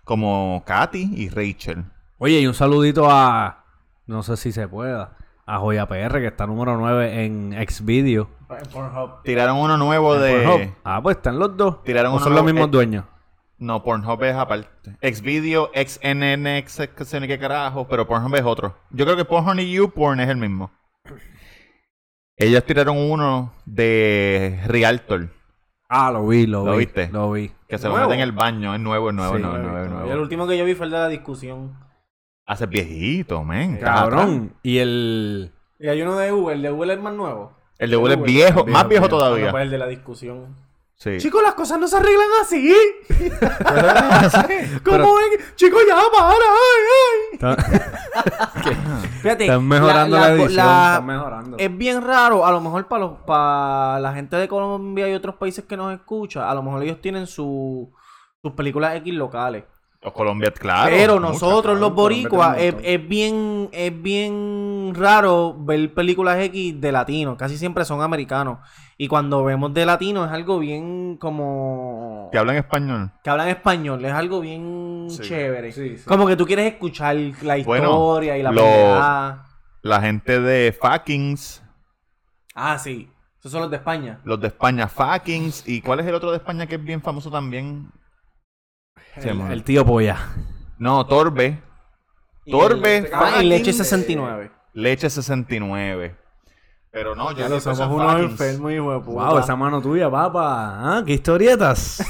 [SPEAKER 2] Como Katy y Rachel.
[SPEAKER 1] Oye, y un saludito a. No sé si se pueda. A Joya PR, que está número 9 en Xvideo.
[SPEAKER 2] Tiraron uno nuevo de.
[SPEAKER 1] Pornhub. Ah, pues están los dos.
[SPEAKER 2] Tiraron
[SPEAKER 1] ¿O
[SPEAKER 2] uno
[SPEAKER 1] son los
[SPEAKER 2] nuevo,
[SPEAKER 1] mismos
[SPEAKER 2] eh,
[SPEAKER 1] dueños.
[SPEAKER 2] No, Pornhub es aparte. Xvideo, XNNX, que sé ni qué carajo, pero Pornhub es otro. Yo creo que Pornhub y YouPorn es el mismo. Ellos tiraron uno de Realtor,
[SPEAKER 1] Ah, lo vi, lo,
[SPEAKER 2] ¿Lo
[SPEAKER 1] vi.
[SPEAKER 2] viste?
[SPEAKER 1] Lo vi.
[SPEAKER 2] que se lo
[SPEAKER 3] ¿Nuevo?
[SPEAKER 2] meten en el baño, es nuevo, es nuevo,
[SPEAKER 1] Sí,
[SPEAKER 2] es nuevo, es
[SPEAKER 1] lo he
[SPEAKER 2] nuevo, es
[SPEAKER 1] visto.
[SPEAKER 2] nuevo.
[SPEAKER 3] El último que yo vi fue el de la discusión.
[SPEAKER 2] Hace viejito,
[SPEAKER 1] Eh,
[SPEAKER 2] men.
[SPEAKER 1] Cabrón. Y el.
[SPEAKER 3] Y hay uno de Google, el de Google es más nuevo.
[SPEAKER 2] El de Google es
[SPEAKER 3] Google,
[SPEAKER 2] viejo,
[SPEAKER 1] viejo,
[SPEAKER 2] más viejo
[SPEAKER 1] viejo.
[SPEAKER 3] Ah, no,
[SPEAKER 2] todavía.
[SPEAKER 3] pues el de la discusión.
[SPEAKER 2] Sí.
[SPEAKER 3] pues, Chicos, las cosas no se arreglan
[SPEAKER 1] [LAUGHS]
[SPEAKER 3] así.
[SPEAKER 1] Pero-
[SPEAKER 3] ¿Cómo ven? Chicos, ya para. ay, ay.
[SPEAKER 1] Está-
[SPEAKER 3] Fíjate,
[SPEAKER 1] Están mejorando la, edición.
[SPEAKER 3] la-
[SPEAKER 1] Están mejorando.
[SPEAKER 3] es bien raro, a lo mejor para los para la gente de Colombia y otros países que nos escucha, a lo mejor ellos tienen su- sus películas X locales.
[SPEAKER 2] Los Colombia, claro.
[SPEAKER 3] Pero
[SPEAKER 2] muchas,
[SPEAKER 3] nosotros
[SPEAKER 2] claro.
[SPEAKER 3] los boricuas
[SPEAKER 1] Colombia
[SPEAKER 3] es,
[SPEAKER 1] tiene un
[SPEAKER 3] es bien es bien raro ver películas X de latinos, casi siempre son americanos y cuando vemos de latinos es algo bien como
[SPEAKER 2] Que hablan español.
[SPEAKER 3] que hablan español, es algo bien chévere.
[SPEAKER 1] Sí, sí.
[SPEAKER 3] Como que tú quieres escuchar la
[SPEAKER 2] Bueno,
[SPEAKER 3] historia y la
[SPEAKER 2] lo-
[SPEAKER 3] pendejada.
[SPEAKER 2] La gente de Fuckings,
[SPEAKER 3] Ah, sí. Esos son los de España.
[SPEAKER 2] los de España Fuckings. ¿Y cuál es el otro de España que es bien famoso también? Se
[SPEAKER 1] el,
[SPEAKER 2] llama-
[SPEAKER 1] el tío Polla.
[SPEAKER 2] No, Torbe.
[SPEAKER 3] Y
[SPEAKER 2] Torbe,
[SPEAKER 3] el- Ah, y leche
[SPEAKER 2] fucking-
[SPEAKER 3] 69.
[SPEAKER 2] Leche 69. Pero no, yo
[SPEAKER 3] lo
[SPEAKER 2] siempre
[SPEAKER 3] somos
[SPEAKER 2] soy
[SPEAKER 3] unos
[SPEAKER 2] Fuckings.
[SPEAKER 3] enfermos, hijo de puta.
[SPEAKER 1] Wow, esa
[SPEAKER 3] [LAUGHS]
[SPEAKER 1] mano tuya, papá. ¿Ah? ¿Qué historietas?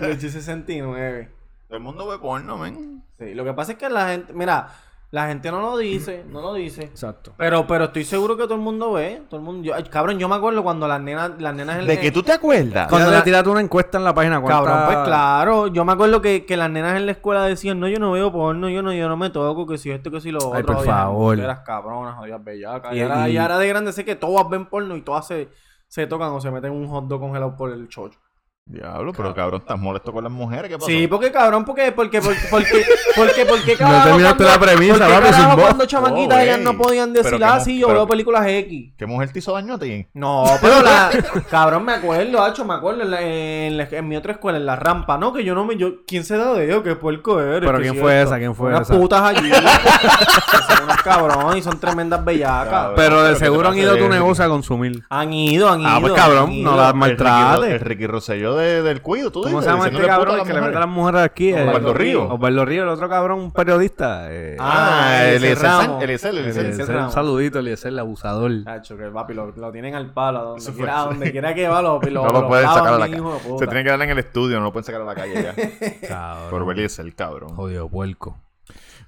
[SPEAKER 3] Leche 69.
[SPEAKER 2] Todo el mundo ve porno, men.
[SPEAKER 3] Sí, lo que pasa es que la gente, mira, la gente no lo dice, no lo dice.
[SPEAKER 1] Exacto.
[SPEAKER 3] Pero, pero estoy seguro que todo el mundo ve, todo el mundo. yo- ay, cabrón, yo me acuerdo cuando las nenas, las nenas en
[SPEAKER 2] ¿De que tú te acuerdas?
[SPEAKER 1] Cuando
[SPEAKER 3] Con- Cuando
[SPEAKER 1] le
[SPEAKER 3] la-
[SPEAKER 1] tiraste una encuesta en la página, ¿cuánta-
[SPEAKER 3] Cabrón, pues claro, yo me acuerdo que, que las nenas en la escuela decían, no, yo no veo porno, yo no, yo no me toco, que si esto, que si lo otro.
[SPEAKER 1] por
[SPEAKER 3] odias
[SPEAKER 1] favor.
[SPEAKER 3] mujeres, cabronas, odias bellacas. Y,
[SPEAKER 1] Y-
[SPEAKER 3] ahora,
[SPEAKER 1] y-
[SPEAKER 3] y ahora de grande sé que todas ven porno y todas se, se tocan o se meten un hot dog congelado por el chocho.
[SPEAKER 2] Diablo, pero cabrón, estás molesto con las mujeres. ¿Qué pasó?
[SPEAKER 1] pues.
[SPEAKER 3] Sí, porque cabrón, porque, porque, porque, porque, porque, [LAUGHS] porque
[SPEAKER 1] No
[SPEAKER 3] carajo,
[SPEAKER 1] terminaste la premisa,
[SPEAKER 3] porque,
[SPEAKER 1] papi,
[SPEAKER 3] carajo,
[SPEAKER 1] sin voz.
[SPEAKER 3] cuando chamaquitas
[SPEAKER 2] Oh,
[SPEAKER 3] ellas
[SPEAKER 2] ey.
[SPEAKER 3] no podían
[SPEAKER 2] Pero
[SPEAKER 3] decir,
[SPEAKER 2] que
[SPEAKER 3] ah,
[SPEAKER 2] no-
[SPEAKER 3] sí, yo
[SPEAKER 2] pero-
[SPEAKER 3] veo películas X.
[SPEAKER 2] ¿Qué mujer te hizo daño a ti?
[SPEAKER 3] No, pero la... cabrón, me acuerdo, hacho, me acuerdo, en, la- en la- en mi otra escuela, en la rampa, ¿no? Que yo no me... Yo, ¿Quién se da de ello? ¿Qué puerco eres?
[SPEAKER 1] Pero
[SPEAKER 3] ¿Qué
[SPEAKER 1] ¿quién
[SPEAKER 3] si
[SPEAKER 1] fue
[SPEAKER 3] esto?
[SPEAKER 1] esa? ¿Quién fue
[SPEAKER 3] Unas
[SPEAKER 1] esa?
[SPEAKER 3] putas allí. [LAUGHS] Que son unos cabrones y son tremendas bellacas.
[SPEAKER 1] Pero
[SPEAKER 2] Pero
[SPEAKER 1] de
[SPEAKER 2] que
[SPEAKER 1] seguro
[SPEAKER 2] te
[SPEAKER 1] han ido a tu
[SPEAKER 2] pase-
[SPEAKER 1] negocio a consumir.
[SPEAKER 3] Han ido, han ido.
[SPEAKER 1] Ah, pues,
[SPEAKER 3] han
[SPEAKER 1] cabrón,
[SPEAKER 3] ido.
[SPEAKER 1] no la-
[SPEAKER 2] El Ricky-
[SPEAKER 1] Maltrate.
[SPEAKER 2] El Ricky Rosselló de- del cuido, tú
[SPEAKER 1] ¿Cómo
[SPEAKER 2] dices,
[SPEAKER 1] se llama este
[SPEAKER 2] diciéndole puta a
[SPEAKER 1] cabrón
[SPEAKER 2] las
[SPEAKER 1] que le mete a las
[SPEAKER 2] mujeres.
[SPEAKER 1] mujeres aquí? Eh,
[SPEAKER 2] Osvaldo Río.
[SPEAKER 1] Osvaldo Río, el otro cabrón, un periodista. eh,
[SPEAKER 2] Ah,
[SPEAKER 3] Ah,
[SPEAKER 2] el
[SPEAKER 3] Eliezer Ramos.
[SPEAKER 2] Eliezer,
[SPEAKER 1] Eliezer,
[SPEAKER 2] Eliezer.
[SPEAKER 1] un saludito, Eliezer, el abusador.
[SPEAKER 3] Hacho, que papi, lo, lo tienen al palo, a donde
[SPEAKER 2] Eso
[SPEAKER 3] quiera,
[SPEAKER 2] fue.
[SPEAKER 3] a donde quiera que va, lo, lo,
[SPEAKER 2] No lo pueden
[SPEAKER 3] clavan
[SPEAKER 2] sacar a la
[SPEAKER 3] bien, hijo de
[SPEAKER 2] calle.
[SPEAKER 3] puta.
[SPEAKER 2] Se tiene que dar en el estudio, no lo pueden sacar a la calle ya.
[SPEAKER 3] [LAUGHS]
[SPEAKER 2] Por
[SPEAKER 1] Cabrón.
[SPEAKER 2] Eliezer, cabrón.
[SPEAKER 1] Jodido puerco.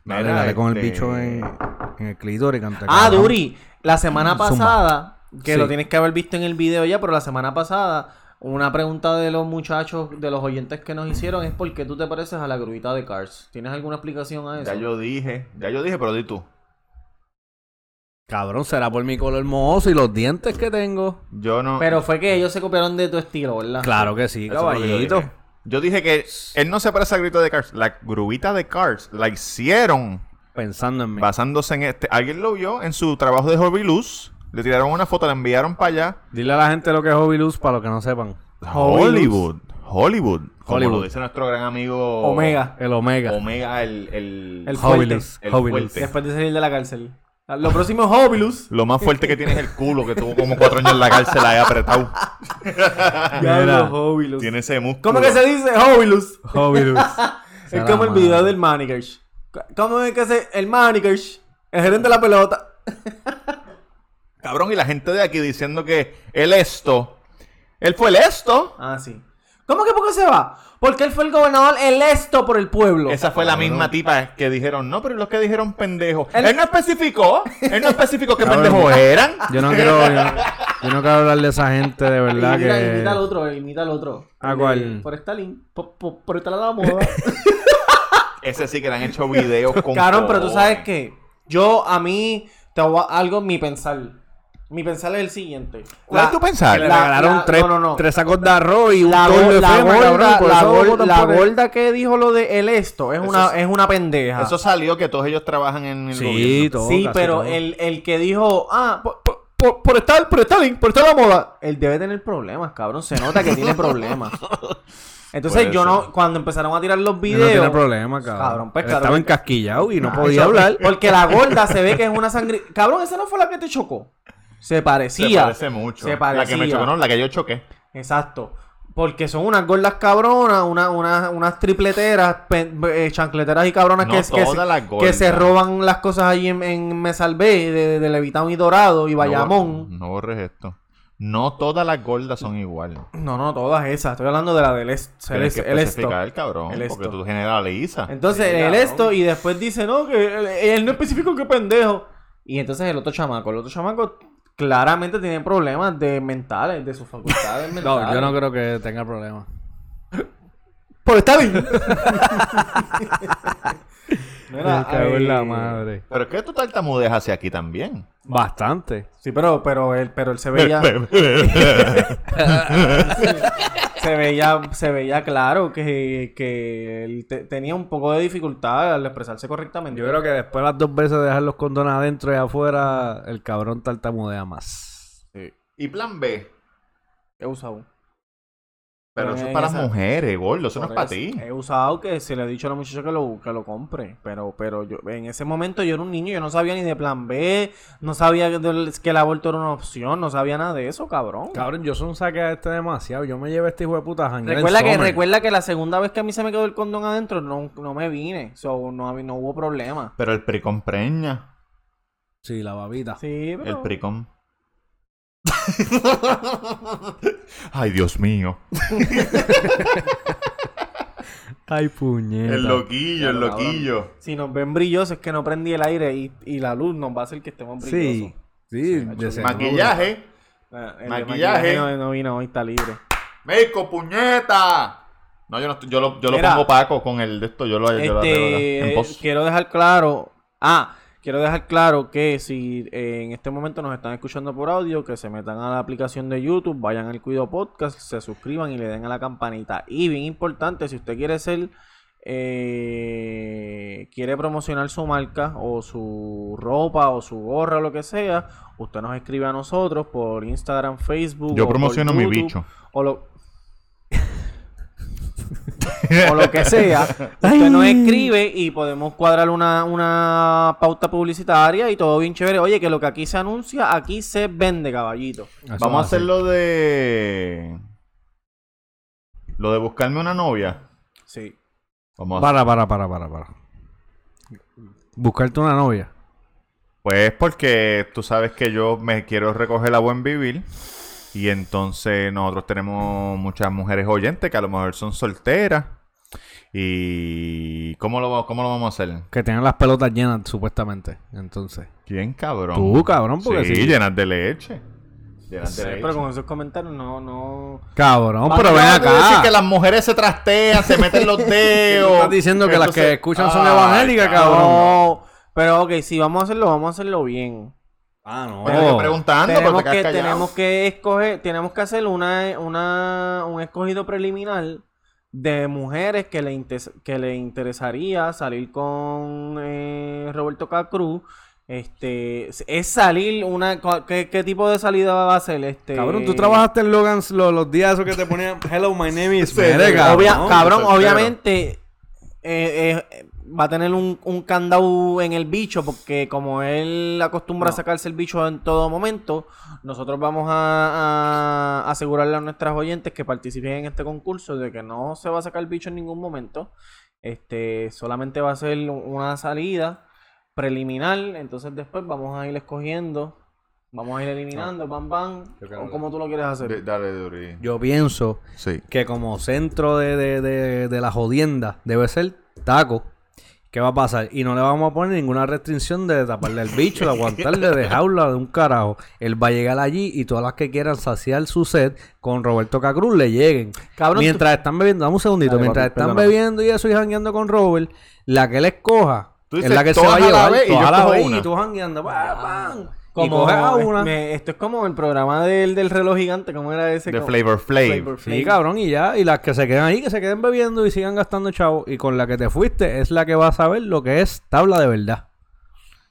[SPEAKER 2] Mira,
[SPEAKER 1] Dale, dale con el
[SPEAKER 2] este-
[SPEAKER 1] bicho en, en el clítoris. canta,
[SPEAKER 3] Ah,
[SPEAKER 1] cabrón.
[SPEAKER 3] Duri, la semana
[SPEAKER 1] Zumba.
[SPEAKER 3] pasada, que
[SPEAKER 1] Sí.
[SPEAKER 3] lo tienes que haber visto en el video ya, pero la semana pasada, una pregunta de los muchachos, de los oyentes que nos hicieron es ¿por qué tú te pareces a la gruita de Cars? ¿Tienes alguna explicación a eso?
[SPEAKER 2] Ya yo dije, ya yo dije, pero di tú.
[SPEAKER 1] Cabrón, será por mi color mohoso y los dientes que tengo.
[SPEAKER 2] Yo no.
[SPEAKER 3] Pero fue que ellos se copiaron de tu estilo, ¿verdad?
[SPEAKER 1] Claro que sí,
[SPEAKER 2] Eso fue lo que yo dije.
[SPEAKER 1] caballito.
[SPEAKER 2] Yo dije que él no se parece al grito de Cars. La grubita de Cars la hicieron
[SPEAKER 1] Pensando en mí.
[SPEAKER 2] basándose en este. Alguien lo vio en su trabajo de Hobby Luz. Le tiraron una foto, la enviaron para allá.
[SPEAKER 1] Dile a la gente lo que es Hobby Luz para los que no sepan.
[SPEAKER 2] Hollywood. Hollywood. Como
[SPEAKER 1] Hollywood.
[SPEAKER 2] lo dice nuestro gran amigo
[SPEAKER 3] Omega,
[SPEAKER 1] El Omega.
[SPEAKER 2] Omega, el. El,
[SPEAKER 3] El
[SPEAKER 1] Hobby
[SPEAKER 3] fuerte.
[SPEAKER 1] Luz.
[SPEAKER 2] El
[SPEAKER 1] Hobby
[SPEAKER 2] fuerte.
[SPEAKER 1] Luz.
[SPEAKER 3] después de salir de la cárcel. Lo próximo es Hobilus.
[SPEAKER 2] Lo más fuerte que tiene es el culo, que tuvo como cuatro años en la cárcel ahí apretado.
[SPEAKER 1] [LAUGHS] Mira.
[SPEAKER 3] Hobilus.
[SPEAKER 2] Tiene ese músculo.
[SPEAKER 3] ¿Cómo que se dice Hobilus?
[SPEAKER 1] Hobby Luz.
[SPEAKER 3] [LAUGHS] Es como el video del manager. ¿Cómo es que se... El manager, el gerente de la pelota...
[SPEAKER 2] Cabrón, y la gente de aquí diciendo que el esto. Él fue el esto.
[SPEAKER 3] Ah, sí. ¿Cómo que por qué se va? Porque él fue el gobernador electo por el pueblo.
[SPEAKER 2] Esa fue la misma tipa que dijeron, no, pero los que dijeron pendejo.
[SPEAKER 3] Él-
[SPEAKER 2] Él no especificó. Él no especificó qué
[SPEAKER 1] Cabrón.
[SPEAKER 2] pendejos eran.
[SPEAKER 1] Yo no quiero. Yo, no- yo no quiero hablar de esa gente de
[SPEAKER 3] Y
[SPEAKER 1] verdad
[SPEAKER 3] mira, Imita al
[SPEAKER 1] que.
[SPEAKER 3] otro, eh, imita al otro.
[SPEAKER 1] ¿A
[SPEAKER 3] El de-
[SPEAKER 1] cuál?
[SPEAKER 3] Por Stalin. Por, por, por estar a la moda. [LAUGHS]
[SPEAKER 2] Ese sí que le han hecho videos con.
[SPEAKER 3] Cabrón, pero tú sabes
[SPEAKER 2] que
[SPEAKER 3] que yo, a mí, te voy a- algo en mi pensar. Mi pensar es el siguiente.
[SPEAKER 2] ¿Cuál es tu pensar?
[SPEAKER 1] Le
[SPEAKER 3] la-
[SPEAKER 1] regalaron
[SPEAKER 3] la-
[SPEAKER 1] tres,
[SPEAKER 3] no, no, no.
[SPEAKER 1] tres sacos de arroz y un
[SPEAKER 3] La,
[SPEAKER 1] gol
[SPEAKER 3] go-
[SPEAKER 1] de
[SPEAKER 3] la
[SPEAKER 1] fema, cabrón,
[SPEAKER 3] gorda,
[SPEAKER 1] por
[SPEAKER 3] la,
[SPEAKER 1] eso
[SPEAKER 3] gor-
[SPEAKER 1] votan
[SPEAKER 3] la
[SPEAKER 1] por él.
[SPEAKER 3] gorda que dijo lo de el esto es,
[SPEAKER 2] Eso
[SPEAKER 3] una,
[SPEAKER 2] es-
[SPEAKER 3] es una pendeja.
[SPEAKER 2] Eso salió que todos ellos trabajan en el
[SPEAKER 1] Sí,
[SPEAKER 2] gobierno.
[SPEAKER 1] todo,
[SPEAKER 3] sí,
[SPEAKER 1] casi
[SPEAKER 3] pero
[SPEAKER 1] todo.
[SPEAKER 3] el, el que dijo, ah, po- po- po-
[SPEAKER 4] por, por estar, por estar, por estar a la moda.
[SPEAKER 3] Él debe tener problemas, cabrón. Se nota que tiene
[SPEAKER 2] [LAUGHS]
[SPEAKER 3] problemas. Entonces
[SPEAKER 2] Puede
[SPEAKER 3] yo
[SPEAKER 2] ser.
[SPEAKER 3] no, cuando empezaron a tirar los
[SPEAKER 1] Él no
[SPEAKER 3] videos.
[SPEAKER 1] tiene problema, cabrón.
[SPEAKER 3] Cabrón, pues,
[SPEAKER 1] Él
[SPEAKER 3] cabrón.
[SPEAKER 1] Estaba encasquillado y no
[SPEAKER 3] Ah,
[SPEAKER 1] podía
[SPEAKER 3] eso- [LAUGHS]
[SPEAKER 1] hablar.
[SPEAKER 3] Porque
[SPEAKER 2] [LAUGHS]
[SPEAKER 3] la gorda se ve que es una sangre. Cabrón, esa no fue la que te chocó. Se parecía.
[SPEAKER 2] Se parece mucho. ¿eh?
[SPEAKER 3] Se
[SPEAKER 2] La que me
[SPEAKER 3] parecía.
[SPEAKER 2] chocó, no, la que yo choqué.
[SPEAKER 3] Exacto. Porque son unas gordas cabronas, una- una- unas tripleteras, pe- eh, chancleteras y cabronas
[SPEAKER 2] No
[SPEAKER 3] que, que,
[SPEAKER 2] todas las
[SPEAKER 3] se,
[SPEAKER 2] gordas.
[SPEAKER 3] que se roban las cosas allí en, en Me Salvé, de, de, de Levitown y Dorado y
[SPEAKER 2] No, bor-
[SPEAKER 3] Bayamón.
[SPEAKER 2] no borres esto. No todas las gordas son iguales.
[SPEAKER 3] No, no, todas esas. Estoy hablando de la del est- el,
[SPEAKER 2] Tienes
[SPEAKER 3] est-
[SPEAKER 2] que
[SPEAKER 3] el esto.
[SPEAKER 2] especificar, cabrón.
[SPEAKER 3] El
[SPEAKER 2] Porque
[SPEAKER 3] esto.
[SPEAKER 2] tú generalizas.
[SPEAKER 3] Entonces,
[SPEAKER 4] Sí,
[SPEAKER 3] el
[SPEAKER 4] cabrón.
[SPEAKER 3] esto, y después dice, no, que él, él no especificó qué pendejo. Y entonces el otro chamaco, el otro chamaco claramente tiene problemas de mentales, de
[SPEAKER 1] [LAUGHS]
[SPEAKER 3] sus facultades
[SPEAKER 1] No,
[SPEAKER 3] mentales.
[SPEAKER 1] yo no creo que tenga problema.
[SPEAKER 4] Por estar bien.
[SPEAKER 3] Mira,
[SPEAKER 1] Me cago en la
[SPEAKER 3] ay,
[SPEAKER 1] madre.
[SPEAKER 2] Pero es que tú tartamudeas hacia aquí también.
[SPEAKER 1] Bastante.
[SPEAKER 3] Sí, pero, pero, él, pero él se
[SPEAKER 2] [LAUGHS]
[SPEAKER 3] veía, se veía, se veía claro que, que él te- tenía un poco de dificultad al expresarse correctamente.
[SPEAKER 1] Yo creo que después de las dos veces de dejar los condones adentro y afuera, el cabrón tartamudea más.
[SPEAKER 2] y plan B.
[SPEAKER 3] he usado.
[SPEAKER 2] Pero
[SPEAKER 3] Pero
[SPEAKER 2] eso es
[SPEAKER 3] en
[SPEAKER 2] para
[SPEAKER 3] esa-
[SPEAKER 2] las mujeres, gordo. Eso no es
[SPEAKER 3] Por
[SPEAKER 2] para
[SPEAKER 3] eso.
[SPEAKER 2] ti.
[SPEAKER 3] He usado que se le ha dicho a la muchacha que lo, que lo compre. Pero, pero yo, en ese momento yo era un niño, yo no sabía ni de plan B, no sabía que del- que el aborto era una opción, no sabía nada de eso, cabrón.
[SPEAKER 1] Cabrón, yo son saque a este demasiado. Yo me llevé a este hijo de puta a janguear en
[SPEAKER 3] Recuerda que,
[SPEAKER 1] Summer.
[SPEAKER 3] recuerda que la segunda vez que a mí se me quedó el condón adentro, no, no me vine. So, no, hab- no hubo problema.
[SPEAKER 2] Pero el PRICOM preña.
[SPEAKER 1] Sí, la babita.
[SPEAKER 3] Sí, pero...
[SPEAKER 2] El PRICOM. [LAUGHS] Ay, Dios mío.
[SPEAKER 1] Ay, puñeta.
[SPEAKER 2] El loquillo, el
[SPEAKER 3] Claro, cabrón.
[SPEAKER 2] loquillo.
[SPEAKER 3] Si nos ven brillosos es que no prendí el aire y, y la luz nos va a hacer que estemos brillosos.
[SPEAKER 1] Sí. Sí,
[SPEAKER 3] macho,
[SPEAKER 1] de seguro.
[SPEAKER 2] Maquillaje.
[SPEAKER 3] Ah, el de
[SPEAKER 2] Maquillaje.
[SPEAKER 3] no, no vino hoy, está libre.
[SPEAKER 2] México, puñeta. No, yo, no, estoy- yo lo, yo lo
[SPEAKER 3] Mira.
[SPEAKER 2] pongo Paco con el de esto. Yo lo, yo lo arreglo acá,
[SPEAKER 3] Este,
[SPEAKER 2] en post.
[SPEAKER 3] quiero dejar claro. Ah, quiero dejar claro que si eh, en este momento nos están escuchando por audio, que se metan a la aplicación de YouTube, vayan al Cuido Podcast, se suscriban y le den a la campanita. Y bien importante, si usted quiere ser. eh, quiere promocionar su marca o su ropa o su gorra o lo que sea, usted nos escribe a nosotros por Instagram, Facebook. o
[SPEAKER 2] Yo
[SPEAKER 3] por
[SPEAKER 2] promociono mi
[SPEAKER 3] YouTube,
[SPEAKER 2] bicho.
[SPEAKER 3] o lo o lo que sea, usted nos escribe y podemos cuadrar una, una pauta publicitaria y todo bien chévere. Oye, que lo que aquí se anuncia, aquí se vende, caballito.
[SPEAKER 1] Eso
[SPEAKER 2] Vamos
[SPEAKER 1] va
[SPEAKER 2] a hacer lo de. Lo de buscarme una novia.
[SPEAKER 3] Sí.
[SPEAKER 2] Vamos a hacer-
[SPEAKER 1] Para, para, para, para, para. Buscarte una novia.
[SPEAKER 2] Pues porque tú sabes que yo me quiero recoger a buen vivir. Y entonces nosotros tenemos muchas mujeres oyentes que a lo mejor son solteras. ¿Y cómo lo, va- cómo lo vamos a hacer?
[SPEAKER 1] Que tengan las pelotas llenas, supuestamente. Entonces.
[SPEAKER 2] ¿Quién, cabrón?
[SPEAKER 1] Tú, cabrón, porque
[SPEAKER 2] sí,
[SPEAKER 1] sí.
[SPEAKER 2] llenas de leche. Llenas de leche.
[SPEAKER 3] pero con esos comentarios no, no.
[SPEAKER 1] Cabrón,
[SPEAKER 2] Paco,
[SPEAKER 1] pero ven
[SPEAKER 2] acabas de decir
[SPEAKER 1] acá.
[SPEAKER 2] que las mujeres se trastean, se meten [LAUGHS] los dedos.
[SPEAKER 1] Estás diciendo que las que escuchan son
[SPEAKER 2] Ah,
[SPEAKER 1] evangélicas, cabrón.
[SPEAKER 3] No, Pero ok, si vamos a hacerlo, vamos a hacerlo bien.
[SPEAKER 1] Ah, no.
[SPEAKER 2] Pero que preguntando,
[SPEAKER 3] tenemos
[SPEAKER 2] porque
[SPEAKER 3] que,
[SPEAKER 2] te quedas callado.
[SPEAKER 3] tenemos que escoger, tenemos que hacer una, una, un escogido preliminar de mujeres que le, intes- que le interesaría salir con eh, Roberto Cacruz. Este, es- es salir una, cua- ¿qué, qué tipo de salida va a ser? Este,
[SPEAKER 1] Cabrón, tú trabajaste en Logan's lo- los días esos que te ponían Hello, my name is.
[SPEAKER 2] Sí,
[SPEAKER 1] Mere,
[SPEAKER 2] sí,
[SPEAKER 1] cabrón.
[SPEAKER 3] Obvia- cabrón,
[SPEAKER 2] soltero.
[SPEAKER 3] obviamente eh, eh, va a tener un, un candado en el bicho porque como él acostumbra a sacarse el bicho en todo momento, nosotros vamos a, a asegurarle a nuestras oyentes que participen en este concurso de que no se va a sacar el bicho en ningún momento. Este, solamente va a ser una salida preliminar, entonces después vamos a ir escogiendo, vamos a ir eliminando, pam pam,
[SPEAKER 1] Yo creo
[SPEAKER 3] o
[SPEAKER 1] que-
[SPEAKER 3] como tú lo quieres hacer.
[SPEAKER 2] De- Dale, Duri.
[SPEAKER 1] Yo pienso
[SPEAKER 2] Sí.
[SPEAKER 1] que como centro de, de, de, de la jodienda debe ser taco. ¿Qué va a pasar? Y no le vamos a poner ninguna restricción de taparle el bicho, de aguantarle, de jaula, de un carajo. Él va a llegar allí y todas las que quieran saciar su sed con Roberto Cacruz le lleguen.
[SPEAKER 3] Cabrón,
[SPEAKER 1] mientras están bebiendo, dame un segundito,
[SPEAKER 3] Dale,
[SPEAKER 1] mientras
[SPEAKER 3] papi,
[SPEAKER 1] están
[SPEAKER 3] perdóname.
[SPEAKER 1] bebiendo y eso y jangueando con Robert, la que él escoja
[SPEAKER 2] Tú
[SPEAKER 1] es
[SPEAKER 2] dices,
[SPEAKER 1] la que se
[SPEAKER 2] todas
[SPEAKER 1] va a
[SPEAKER 2] a la
[SPEAKER 1] llevar.
[SPEAKER 2] vez y
[SPEAKER 1] todas
[SPEAKER 2] yo
[SPEAKER 1] a la
[SPEAKER 2] cojo
[SPEAKER 1] vez
[SPEAKER 2] una.
[SPEAKER 1] y tú jangueando. pa, pam.
[SPEAKER 3] Como
[SPEAKER 1] y coges
[SPEAKER 2] ah,
[SPEAKER 1] a una.
[SPEAKER 3] me- esto es como el programa del, del reloj gigante, ¿cómo era ese?
[SPEAKER 2] De
[SPEAKER 3] Como-
[SPEAKER 2] Flavor Flav.
[SPEAKER 3] Flavor Flav.
[SPEAKER 1] Sí, cabrón, y ya, y las que se quedan ahí, que se queden bebiendo y sigan gastando chavo, y con la que te fuiste es la que va a saber lo que es tabla de verdad.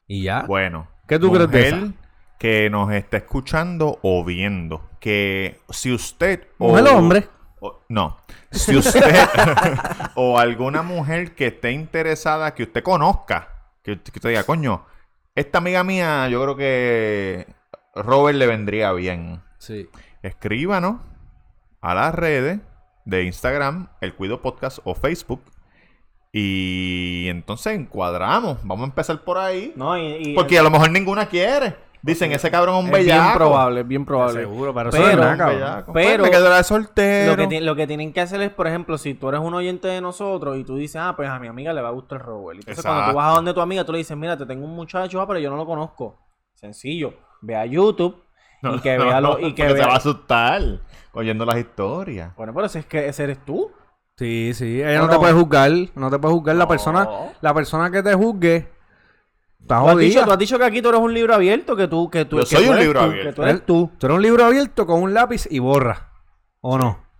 [SPEAKER 1] Y ya.
[SPEAKER 2] Bueno.
[SPEAKER 1] Ah, ¿Qué tú crees de
[SPEAKER 2] mujer
[SPEAKER 1] esa?
[SPEAKER 2] que nos está escuchando o viendo, que si usted...
[SPEAKER 1] Mujer o hombre.
[SPEAKER 2] o- no. Si usted [LAUGHS] o alguna mujer que esté interesada, que usted conozca, que, que usted diga, coño, esta amiga mía, yo creo que Robert le vendría bien.
[SPEAKER 1] Sí.
[SPEAKER 2] Escríbanos a las redes de Instagram, El Cuido Podcast o Facebook. Y entonces encuadramos. Vamos a empezar por ahí.
[SPEAKER 3] No, y, y-
[SPEAKER 2] Porque a lo mejor ninguna quiere. Dicen, ese cabrón es un
[SPEAKER 3] es bien
[SPEAKER 2] bellaco.
[SPEAKER 3] probable, es bien probable.
[SPEAKER 1] Seguro, pero, eso
[SPEAKER 3] Pero-
[SPEAKER 1] es nada,
[SPEAKER 2] Un
[SPEAKER 1] cabrón.
[SPEAKER 2] bellaco.
[SPEAKER 3] Pero-
[SPEAKER 2] Pues, me quedará soltero.
[SPEAKER 3] Lo que, ti- lo que tienen que hacer es, por ejemplo, si tú eres un oyente de nosotros y tú dices, ah, pues a mi amiga le va a gustar el Robert. Entonces, cuando tú
[SPEAKER 2] Exacto.
[SPEAKER 3] vas a donde tu amiga, tú le dices, mira, te tengo un muchacho, ah, pero yo no lo conozco. Sencillo. Ve a YouTube y que vea lo.
[SPEAKER 2] [LAUGHS]
[SPEAKER 3] Y que
[SPEAKER 2] porque se va a
[SPEAKER 3] vea...
[SPEAKER 2] asustar oyendo las historias.
[SPEAKER 3] Bueno, pero si es que ese eres tú.
[SPEAKER 1] Sí, sí. Ella no,
[SPEAKER 3] ¿O
[SPEAKER 1] te
[SPEAKER 3] no?
[SPEAKER 1] puede juzgar. No te puede juzgar. La
[SPEAKER 3] No.
[SPEAKER 1] persona la persona que te juzgue está
[SPEAKER 3] Tú has, dicho,
[SPEAKER 1] jodida.
[SPEAKER 3] tú has dicho que aquí tú eres un libro abierto, que tú, que tú,
[SPEAKER 2] Ah, Yo
[SPEAKER 3] que
[SPEAKER 2] soy
[SPEAKER 3] tú
[SPEAKER 2] un
[SPEAKER 3] eres
[SPEAKER 2] libro
[SPEAKER 3] tú,
[SPEAKER 2] abierto.
[SPEAKER 3] que tú eres tú.
[SPEAKER 1] Tú eres un libro abierto con un lápiz y borra. ¿O no?
[SPEAKER 2] [LAUGHS]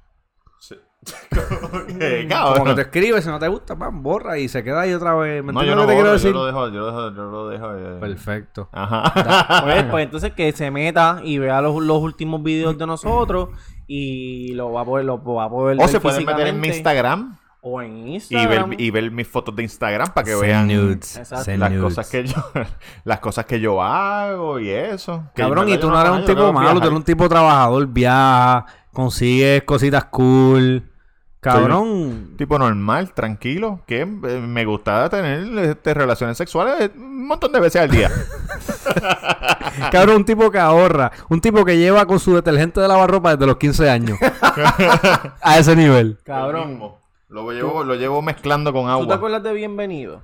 [SPEAKER 3] Mm.
[SPEAKER 2] Ok,
[SPEAKER 1] Como que
[SPEAKER 2] cabrón.
[SPEAKER 1] te escribes, si no te gusta, pam, borra y se queda ahí otra vez. ¿Me
[SPEAKER 2] No,
[SPEAKER 1] entiendes
[SPEAKER 2] yo
[SPEAKER 1] lo
[SPEAKER 2] no
[SPEAKER 1] que te quiero
[SPEAKER 2] borro,
[SPEAKER 1] decir?
[SPEAKER 2] yo lo dejo, yo lo dejo, yo lo dejo. eh.
[SPEAKER 1] Perfecto.
[SPEAKER 2] Ajá. [LAUGHS]
[SPEAKER 3] Pues, pues entonces que se meta y vea los, los últimos videos de nosotros y lo va a poder, lo va a poder
[SPEAKER 2] o
[SPEAKER 3] ver
[SPEAKER 2] se pueden meter en mi
[SPEAKER 3] físicamente
[SPEAKER 2] Instagram
[SPEAKER 3] O en
[SPEAKER 2] y ver,
[SPEAKER 3] Instagram.
[SPEAKER 2] y ver mis fotos de Instagram para que vean
[SPEAKER 3] Exacto.
[SPEAKER 2] las cosas que yo [LAUGHS] las cosas que yo hago y eso. Que
[SPEAKER 1] Cabrón,
[SPEAKER 2] en
[SPEAKER 1] y
[SPEAKER 2] verdad
[SPEAKER 1] tú
[SPEAKER 2] yo
[SPEAKER 1] no eres un
[SPEAKER 2] yo creo
[SPEAKER 1] tipo malo,
[SPEAKER 2] que
[SPEAKER 1] tú
[SPEAKER 2] viajar.
[SPEAKER 1] eres un tipo trabajador, viaja, consigues cositas cool. Cabrón.
[SPEAKER 2] tipo normal, tranquilo, que eh, me gustaba tener este, relaciones sexuales eh, un montón de veces al día.
[SPEAKER 1] [LAUGHS] Cabrón, un tipo que ahorra. Un tipo que lleva con su detergente de lavarropa desde los 15
[SPEAKER 2] [LAUGHS]
[SPEAKER 1] años. A ese nivel.
[SPEAKER 3] [LAUGHS] Cabrón.
[SPEAKER 2] Lo llevo, lo llevo mezclando con
[SPEAKER 3] ¿Tú te
[SPEAKER 2] agua.
[SPEAKER 3] acuerdas de Bienvenido?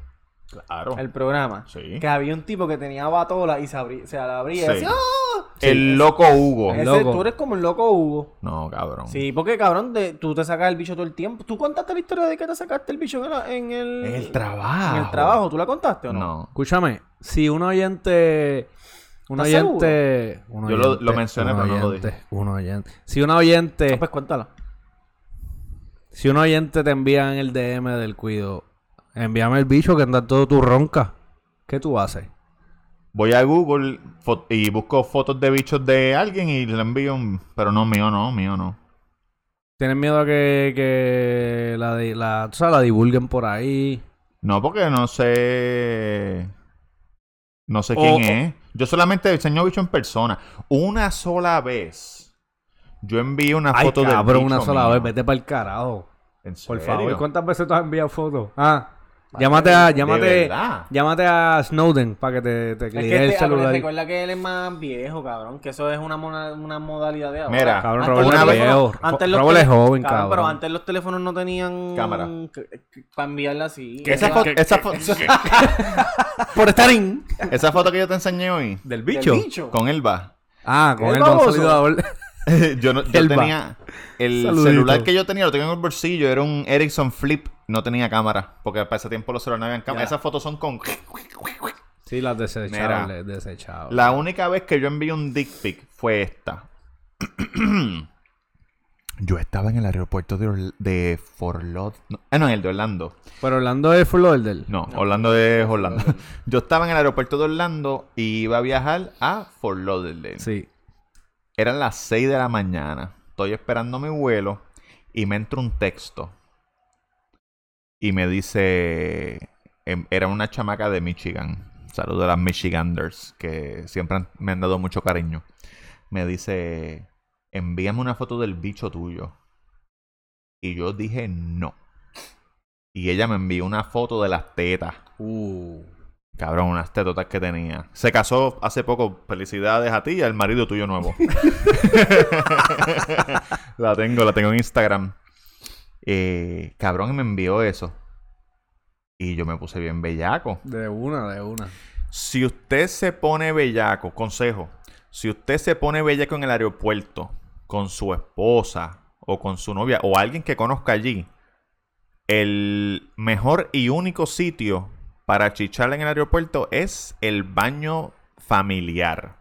[SPEAKER 2] Claro.
[SPEAKER 3] El programa.
[SPEAKER 2] Sí.
[SPEAKER 3] Que había un tipo que tenía batola y se, abrí- se la abría.
[SPEAKER 2] Sí. Pues,
[SPEAKER 3] Y decía, "Ah".
[SPEAKER 2] El loco Hugo.
[SPEAKER 3] Ese-
[SPEAKER 1] loco.
[SPEAKER 3] Tú eres como el loco Hugo.
[SPEAKER 2] No, cabrón.
[SPEAKER 3] Sí, porque cabrón, de- tú te sacas el bicho todo el tiempo. ¿Tú contaste la historia de que te sacaste el bicho en, la- en el...
[SPEAKER 2] En el trabajo.
[SPEAKER 3] En el trabajo. ¿Tú la contaste o no?
[SPEAKER 2] No.
[SPEAKER 1] Escúchame, si un oyente. Un
[SPEAKER 3] ¿Estás
[SPEAKER 1] oyente, un
[SPEAKER 2] Yo
[SPEAKER 1] oyente.
[SPEAKER 2] lo- lo mencioné,
[SPEAKER 1] un
[SPEAKER 2] pero no lo
[SPEAKER 1] oyente, Un oyente. Si un oyente.
[SPEAKER 3] Ah, Pues cuéntala.
[SPEAKER 1] Si un oyente te envía en el DM del cuido, envíame el bicho que anda todo tu ronca. ¿Qué tú haces?
[SPEAKER 2] Voy a Google fo- y busco fotos de bichos de alguien y le envío un... Pero no, mío no, mío no.
[SPEAKER 1] ¿Tienes miedo a que, que la, di- la, o sea, la divulguen por ahí?
[SPEAKER 2] No, porque no sé... No sé quién es. Yo solamente diseño bicho en persona. Una sola vez. Yo envié una
[SPEAKER 1] Ay,
[SPEAKER 2] foto de
[SPEAKER 1] cabrón, una sola vez. Vete para el carajo. Por favor, ¿cuántas veces tú has enviado fotos? Ah, llámate a, llámate,
[SPEAKER 2] verdad?
[SPEAKER 1] llámate a Snowden para que te, te
[SPEAKER 3] Es
[SPEAKER 1] clearee
[SPEAKER 3] que
[SPEAKER 1] el
[SPEAKER 3] este-
[SPEAKER 1] celular.
[SPEAKER 3] recuerda que él es más viejo, cabrón. Que eso es una, mona- una modalidad de ahora.
[SPEAKER 2] Mira,
[SPEAKER 1] Cabrón,
[SPEAKER 3] Antes
[SPEAKER 1] Robert es
[SPEAKER 3] los teléfonos-
[SPEAKER 1] viejo.
[SPEAKER 3] antes
[SPEAKER 1] Jo-
[SPEAKER 3] los
[SPEAKER 1] Robert es
[SPEAKER 3] tele-
[SPEAKER 1] joven,
[SPEAKER 3] Pero
[SPEAKER 1] cabrón.
[SPEAKER 3] antes los teléfonos no tenían...
[SPEAKER 2] Cámara.
[SPEAKER 3] Para enviarla así.
[SPEAKER 2] Esa,
[SPEAKER 3] Era-
[SPEAKER 2] fo- esa fo-
[SPEAKER 3] Por estar en...
[SPEAKER 2] [LAUGHS] esa foto que yo te enseñé hoy,
[SPEAKER 1] ¿Del
[SPEAKER 3] Del bicho.
[SPEAKER 2] con Elba. [LAUGHS]
[SPEAKER 1] Ah, con
[SPEAKER 3] ¿El
[SPEAKER 1] el,
[SPEAKER 3] baboso?
[SPEAKER 1] consolidador.
[SPEAKER 2] yo no, yo
[SPEAKER 1] Elba.
[SPEAKER 2] tenía el
[SPEAKER 1] Saludito.
[SPEAKER 2] celular que yo tenía lo tenía en el bolsillo era un Ericsson Flip no tenía cámara porque para ese tiempo los celulares no habían cámara esas fotos son con
[SPEAKER 1] sí, las desechables, desechables.
[SPEAKER 2] la única vez que yo envié un dick pic fue esta [CLEARS THROAT] yo estaba en el aeropuerto de, Orl- de Fort Laud- no, ah no en el de Orlando
[SPEAKER 1] Pero hablando de Full Order.
[SPEAKER 2] no, Orlando es Orlando [LAUGHS] yo estaba en el aeropuerto de Orlando y iba a viajar a Fort Lauderdale
[SPEAKER 1] Sí.
[SPEAKER 2] Eran las 6 de la mañana. Estoy esperando mi vuelo y me entra un texto. Y me dice... em, Era una chamaca de Michigan. Saludos a las Michiganders, que siempre han- me han dado mucho cariño. Me dice, envíame una foto del bicho tuyo. Y yo dije, no. Y ella me envió una foto de las tetas.
[SPEAKER 1] Uh.
[SPEAKER 2] Cabrón, unas tetotas que tenía. Se casó hace poco. Felicidades a ti y al marido tuyo nuevo. [LAUGHS] la tengo, la tengo en Instagram. Eh, cabrón, y me envió eso. Y yo me puse bien bellaco.
[SPEAKER 1] De una, de una.
[SPEAKER 2] Si usted se pone bellaco, consejo, si usted se pone bellaco en el aeropuerto con su esposa o con su novia o alguien que conozca allí, el mejor y único sitio para chichar en el aeropuerto es el baño familiar.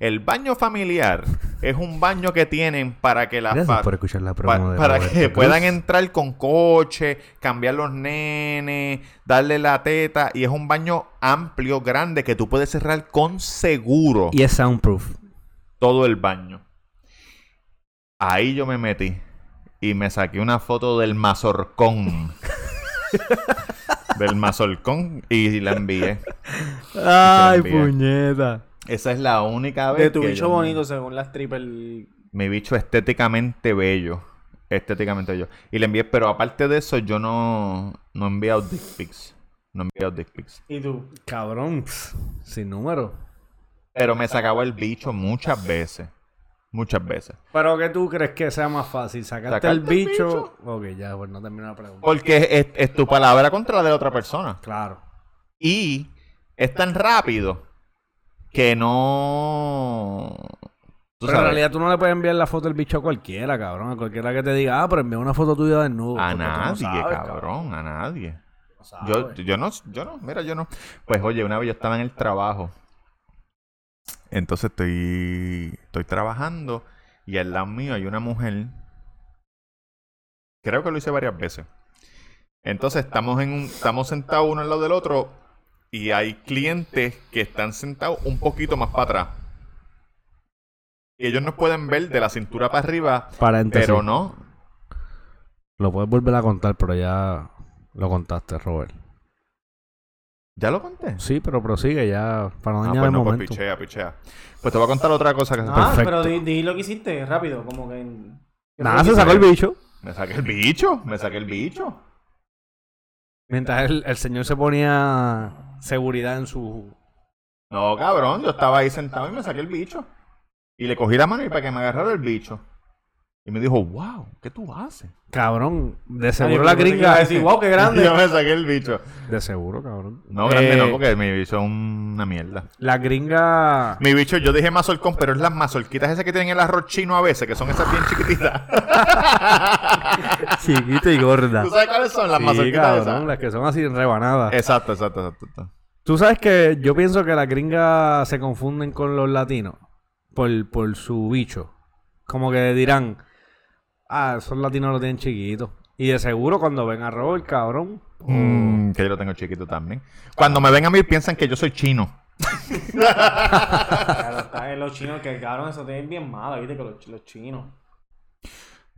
[SPEAKER 2] El baño familiar es un baño que tienen para que la
[SPEAKER 1] Gracias
[SPEAKER 2] fa-
[SPEAKER 1] por escuchar la promo
[SPEAKER 2] pa-
[SPEAKER 1] de
[SPEAKER 2] para
[SPEAKER 1] Roberto
[SPEAKER 2] que
[SPEAKER 1] Cruz.
[SPEAKER 2] puedan entrar con coche, cambiar los nenes, darle la teta y es un baño amplio, grande que tú puedes cerrar con seguro
[SPEAKER 1] Y es soundproof.
[SPEAKER 2] todo el baño. Ahí yo me metí y me saqué una foto
[SPEAKER 1] [LAUGHS]
[SPEAKER 2] del mazorcón. del mazorcón y la envié.
[SPEAKER 1] Ay,
[SPEAKER 2] envié.
[SPEAKER 1] puñeta.
[SPEAKER 2] Esa es la única vez
[SPEAKER 3] De tu
[SPEAKER 2] que
[SPEAKER 3] bicho
[SPEAKER 2] yo me-
[SPEAKER 3] bonito, según las triple.
[SPEAKER 2] mi bicho estéticamente bello. Estéticamente bello. Y le envié, pero aparte de eso, yo no, no he enviado dick pics. No he enviado dick pics.
[SPEAKER 3] ¿Y tú?
[SPEAKER 1] Cabrón. pss, Sin número.
[SPEAKER 2] Pero me sacaba el bicho muchas veces. Muchas veces.
[SPEAKER 1] Pero que tú crees que sea más fácil, sacarte,
[SPEAKER 2] Sacarte
[SPEAKER 1] el
[SPEAKER 2] el
[SPEAKER 1] bicho. Ok, ya, pues no termino la pregunta.
[SPEAKER 2] Porque es, es- es tu palabra contra la de la otra persona.
[SPEAKER 1] Claro.
[SPEAKER 2] Y es tan rápido que no. tú
[SPEAKER 1] Pero en
[SPEAKER 2] sabes,
[SPEAKER 1] realidad tú no le puedes enviar la foto del bicho a cualquiera, cabrón. A cualquiera que te diga, ah, pero envía una foto tuya desnudo.
[SPEAKER 2] a
[SPEAKER 1] porque tú no
[SPEAKER 2] nadie,
[SPEAKER 1] sabes,
[SPEAKER 2] cabrón, a nadie.
[SPEAKER 1] no sabes.
[SPEAKER 2] Yo, yo no, yo no, mira, yo no. Pues oye, una vez yo estaba en el trabajo. Entonces estoy, estoy trabajando y al lado mío hay una mujer. Creo que lo hice varias veces. Entonces estamos, en un- estamos sentados uno al lado del otro y hay clientes que están sentados un poquito más para atrás. Y ellos nos pueden ver de la cintura para arriba,
[SPEAKER 1] Paréntesis.
[SPEAKER 2] pero no.
[SPEAKER 1] Lo puedes volver a contar, pero ya lo contaste, Robert.
[SPEAKER 2] ¿Ya lo conté?
[SPEAKER 1] Sí, pero prosigue ya para no
[SPEAKER 2] Ah,
[SPEAKER 1] dañar
[SPEAKER 2] pues
[SPEAKER 1] el
[SPEAKER 2] no, pues
[SPEAKER 1] momento.
[SPEAKER 2] pichea, pichea. Pues te voy a contar otra cosa que
[SPEAKER 3] Ah,
[SPEAKER 1] Perfecto.
[SPEAKER 3] pero di, di lo que hiciste rápido, como que. en-
[SPEAKER 1] Nada, se sacó el bicho.
[SPEAKER 2] Me saqué el bicho, me saqué el bicho.
[SPEAKER 1] Mientras el, el señor se ponía seguridad en su...
[SPEAKER 2] No, cabrón, yo estaba ahí sentado y me saqué el bicho. Y le cogí la mano y para que me agarrara el bicho. Y me dijo, wow, ¿qué tú haces?
[SPEAKER 1] Cabrón, de
[SPEAKER 3] Ay,
[SPEAKER 2] pues,
[SPEAKER 1] seguro
[SPEAKER 3] yo
[SPEAKER 1] la
[SPEAKER 3] pensé que iba a
[SPEAKER 1] gringa...
[SPEAKER 3] decir, wow, qué
[SPEAKER 2] [LAUGHS] Y
[SPEAKER 3] grande.
[SPEAKER 2] yo me saqué el bicho.
[SPEAKER 1] [LAUGHS] De seguro, cabrón.
[SPEAKER 2] No, grande
[SPEAKER 1] Eh,
[SPEAKER 2] no, porque mi bicho es una mierda.
[SPEAKER 1] La gringa...
[SPEAKER 2] Mi bicho, yo dije mazorcón, pero es las mazorquitas esas que tienen el arroz chino a veces, que son esas bien
[SPEAKER 3] [LAUGHS]
[SPEAKER 2] chiquititas.
[SPEAKER 1] Chiquita y
[SPEAKER 2] [LAUGHS]
[SPEAKER 1] gorda.
[SPEAKER 2] ¿Tú sabes cuáles son las
[SPEAKER 1] Sí,
[SPEAKER 2] mazorquitas
[SPEAKER 1] cabrón,
[SPEAKER 2] esas?
[SPEAKER 1] las que son así en rebanadas.
[SPEAKER 2] Exacto, exacto, exacto. exacto.
[SPEAKER 1] Tú sabes que yo pienso que las gringas se confunden con los latinos por, por su bicho. Como que dirán, ah, esos latinos lo tienen chiquito. Y de seguro cuando ven a Robert, cabrón.
[SPEAKER 2] Mm, que yo lo tengo chiquito también. Cuando me ven a mí piensan que yo soy chino.
[SPEAKER 3] Claro, está en los chinos que cabrón, eso tienen bien malo, viste, que los, los chinos.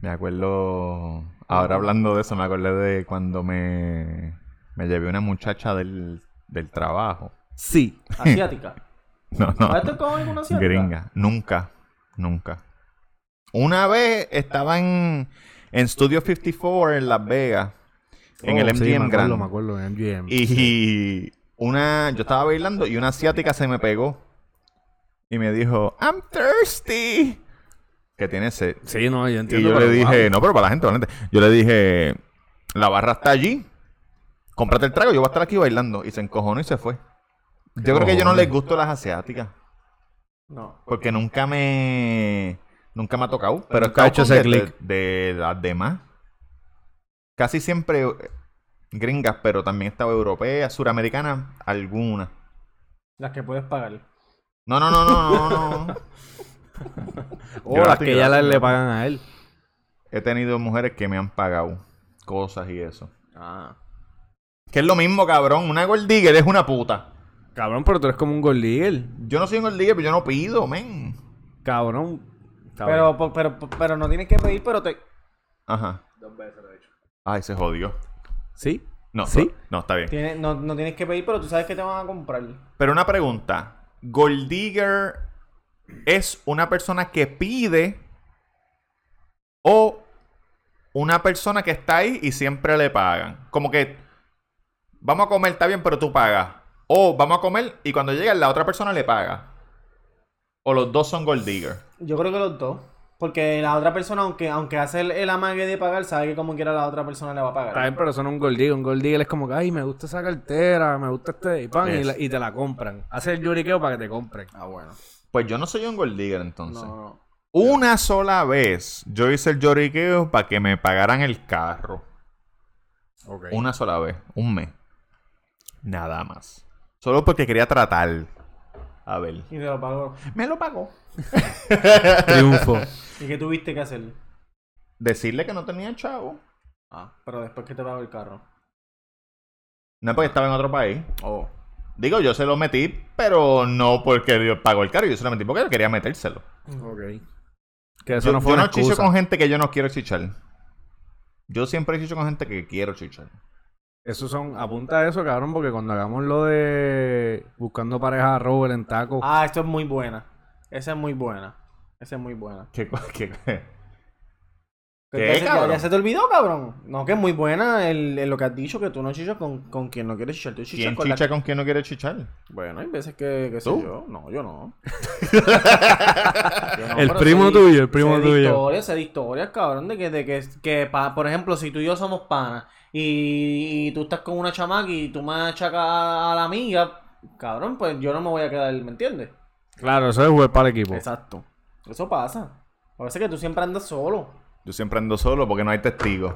[SPEAKER 2] Me acuerdo, ahora hablando de eso, me acordé de cuando me, me llevé una muchacha del, del trabajo. [LAUGHS]
[SPEAKER 1] Sí.
[SPEAKER 3] Asiática.
[SPEAKER 2] No, no.
[SPEAKER 3] ¿Has tocado alguna asiática?
[SPEAKER 2] Gringa. Nunca, nunca. Una vez estaba en, en Studio 54 en Las Vegas, en el
[SPEAKER 1] Oh, Sí, me
[SPEAKER 2] MGM
[SPEAKER 1] acuerdo,
[SPEAKER 2] Grand.
[SPEAKER 1] me acuerdo, en MGM.
[SPEAKER 2] Y una, yo estaba bailando y una asiática se me pegó y me dijo, I'm thirsty. Que tiene sed.
[SPEAKER 1] Sí, no, yo
[SPEAKER 2] Y
[SPEAKER 1] entiendo.
[SPEAKER 2] yo le
[SPEAKER 1] pero
[SPEAKER 2] dije,
[SPEAKER 1] wow.
[SPEAKER 2] no, pero para la gente, para la gente. Yo le dije, la barra está allí. Cómprate el trago, yo voy a estar aquí bailando. Y se encojonó y se fue. Yo creo que yo no les gusto las asiáticas.
[SPEAKER 3] No.
[SPEAKER 2] Porque nunca me. Nunca me ha tocado. Pero he
[SPEAKER 1] Nunca ha
[SPEAKER 2] estado
[SPEAKER 1] hecho
[SPEAKER 2] con
[SPEAKER 1] ese
[SPEAKER 2] de-
[SPEAKER 1] click.
[SPEAKER 2] De, de las demás. Casi siempre eh, gringas, pero también estaba europeas, suramericanas, algunas.
[SPEAKER 3] Las que puedes pagar.
[SPEAKER 2] No, no, no, no, no,
[SPEAKER 1] [LAUGHS]
[SPEAKER 2] no.
[SPEAKER 1] O
[SPEAKER 2] Gratis,
[SPEAKER 1] Oh, las que ya le,
[SPEAKER 2] gratis.
[SPEAKER 1] le pagan a él.
[SPEAKER 2] He tenido mujeres que me han pagado cosas y eso.
[SPEAKER 3] Ah.
[SPEAKER 2] Que es lo mismo, cabrón. Una gold digger es una puta.
[SPEAKER 1] Cabrón, pero tú eres como un gold digger.
[SPEAKER 2] Yo no soy un gold digger, pero yo no pido, men.
[SPEAKER 1] Cabrón. Está bien.
[SPEAKER 3] Pero, po- pero, po- pero no tienes que pedir, pero te.
[SPEAKER 2] Ajá. Dos veces lo he hecho. Ay, se jodió.
[SPEAKER 1] ¿Sí?
[SPEAKER 2] No,
[SPEAKER 1] ¿Sí?
[SPEAKER 2] no, está bien.
[SPEAKER 3] Tienes, no, no tienes que pedir, pero tú sabes que te van a comprar.
[SPEAKER 2] Pero una pregunta. Gold digger es una persona que pide o una persona que está ahí y siempre le pagan. Como que vamos a comer, está bien, pero tú pagas. O vamos a comer y cuando llega la otra persona le paga. O los dos son gold digger.
[SPEAKER 3] Yo creo que los dos. Porque la otra persona, aunque, aunque hace el, el amague de pagar, sabe que como quiera la otra persona le va a
[SPEAKER 1] Está
[SPEAKER 3] pagar.
[SPEAKER 1] bien, pero son un gold digger. Un gold digger es como que, ay, me gusta esa cartera, me gusta este y pan, y,
[SPEAKER 2] Yes.
[SPEAKER 1] la- y te la compran. Hace el lloriqueo para que te compren.
[SPEAKER 3] Ah, bueno.
[SPEAKER 2] Pues yo no soy un gold digger entonces.
[SPEAKER 3] No, no.
[SPEAKER 2] Una sola vez yo hice el lloriqueo para que me pagaran el carro.
[SPEAKER 1] Ok.
[SPEAKER 2] Una sola vez, un mes. Nada más. Solo porque quería tratar. A ver.
[SPEAKER 3] Y te lo pagó.
[SPEAKER 2] Me lo pagó.
[SPEAKER 1] Triunfo.
[SPEAKER 3] ¿Y qué tuviste que hacer?
[SPEAKER 2] Decirle que no tenía chavo.
[SPEAKER 3] Ah, pero después que te pagó el carro.
[SPEAKER 2] No es porque estaba en otro país.
[SPEAKER 3] Oh.
[SPEAKER 2] Digo, yo se lo metí, pero no porque yo pago el carro. Yo se lo metí porque yo quería metérselo.
[SPEAKER 1] [LAUGHS] ok. Que eso
[SPEAKER 2] Yo,
[SPEAKER 1] no fue
[SPEAKER 2] yo
[SPEAKER 1] una
[SPEAKER 2] no chicho
[SPEAKER 1] excusa.
[SPEAKER 2] con gente que yo no quiero chichar. Yo siempre chicho con gente que quiero chichar.
[SPEAKER 1] Eso son... Apunta a eso, cabrón, porque cuando hagamos lo de... Buscando pareja a Robert en taco...
[SPEAKER 3] Ah, esto es muy buena. Esa es muy buena. Esa es muy buena.
[SPEAKER 2] ¿Qué, cu- qué, qué? ¿Qué,
[SPEAKER 3] ¿Ya, se- ya-
[SPEAKER 2] cabrón?
[SPEAKER 3] ya se te olvidó, cabrón. No, que es muy buena el, el lo que has dicho, que tú no chichas con, con quien no quieres chichar. Tú chichas
[SPEAKER 2] ¿Quién
[SPEAKER 3] con
[SPEAKER 2] chicha
[SPEAKER 3] la...
[SPEAKER 2] con quien no quiere chichar?
[SPEAKER 3] Bueno, hay veces que, que sé
[SPEAKER 2] ¿Tú?
[SPEAKER 3] yo. No, yo no. [LAUGHS] Yo no,
[SPEAKER 1] El
[SPEAKER 3] pero
[SPEAKER 1] primo tuyo, el primo
[SPEAKER 3] sé de
[SPEAKER 1] tuyo.
[SPEAKER 3] historias, sé de historias, cabrón, de que, de que, que pa- por ejemplo, si tú y yo somos panas y, y tú estás con una chamaca y tú me achacas a, a la amiga, cabrón, pues yo no me voy a quedar, ¿me entiendes?
[SPEAKER 1] Claro, eso es jugar para el equipo.
[SPEAKER 3] Exacto. Eso pasa. A veces que tú siempre andas solo.
[SPEAKER 2] Yo siempre ando solo porque no hay testigos.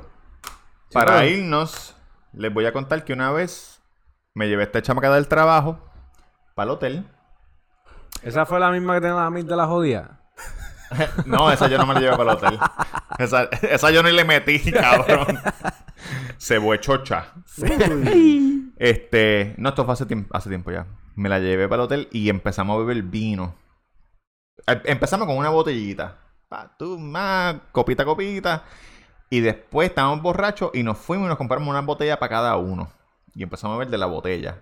[SPEAKER 2] Para
[SPEAKER 1] pero-
[SPEAKER 2] irnos, les voy a contar que una vez me llevé a esta chamaca del trabajo para el hotel.
[SPEAKER 1] Esa fue la misma que tenía la mil de la jodida.
[SPEAKER 2] [LAUGHS] No, esa yo no me la llevé para el hotel. Esa, esa yo ni le metí, [LAUGHS] cabrón. Se fue chocha. Este, no, esto fue hace tiempo, hace tiempo ya. Me la llevé para el hotel y empezamos a beber vino. Em- Empezamos con una botellita. Pa, tú, más, copita, copita. Y después estábamos borrachos y nos fuimos y nos compramos una botella para cada uno. Y empezamos a beber de la botella.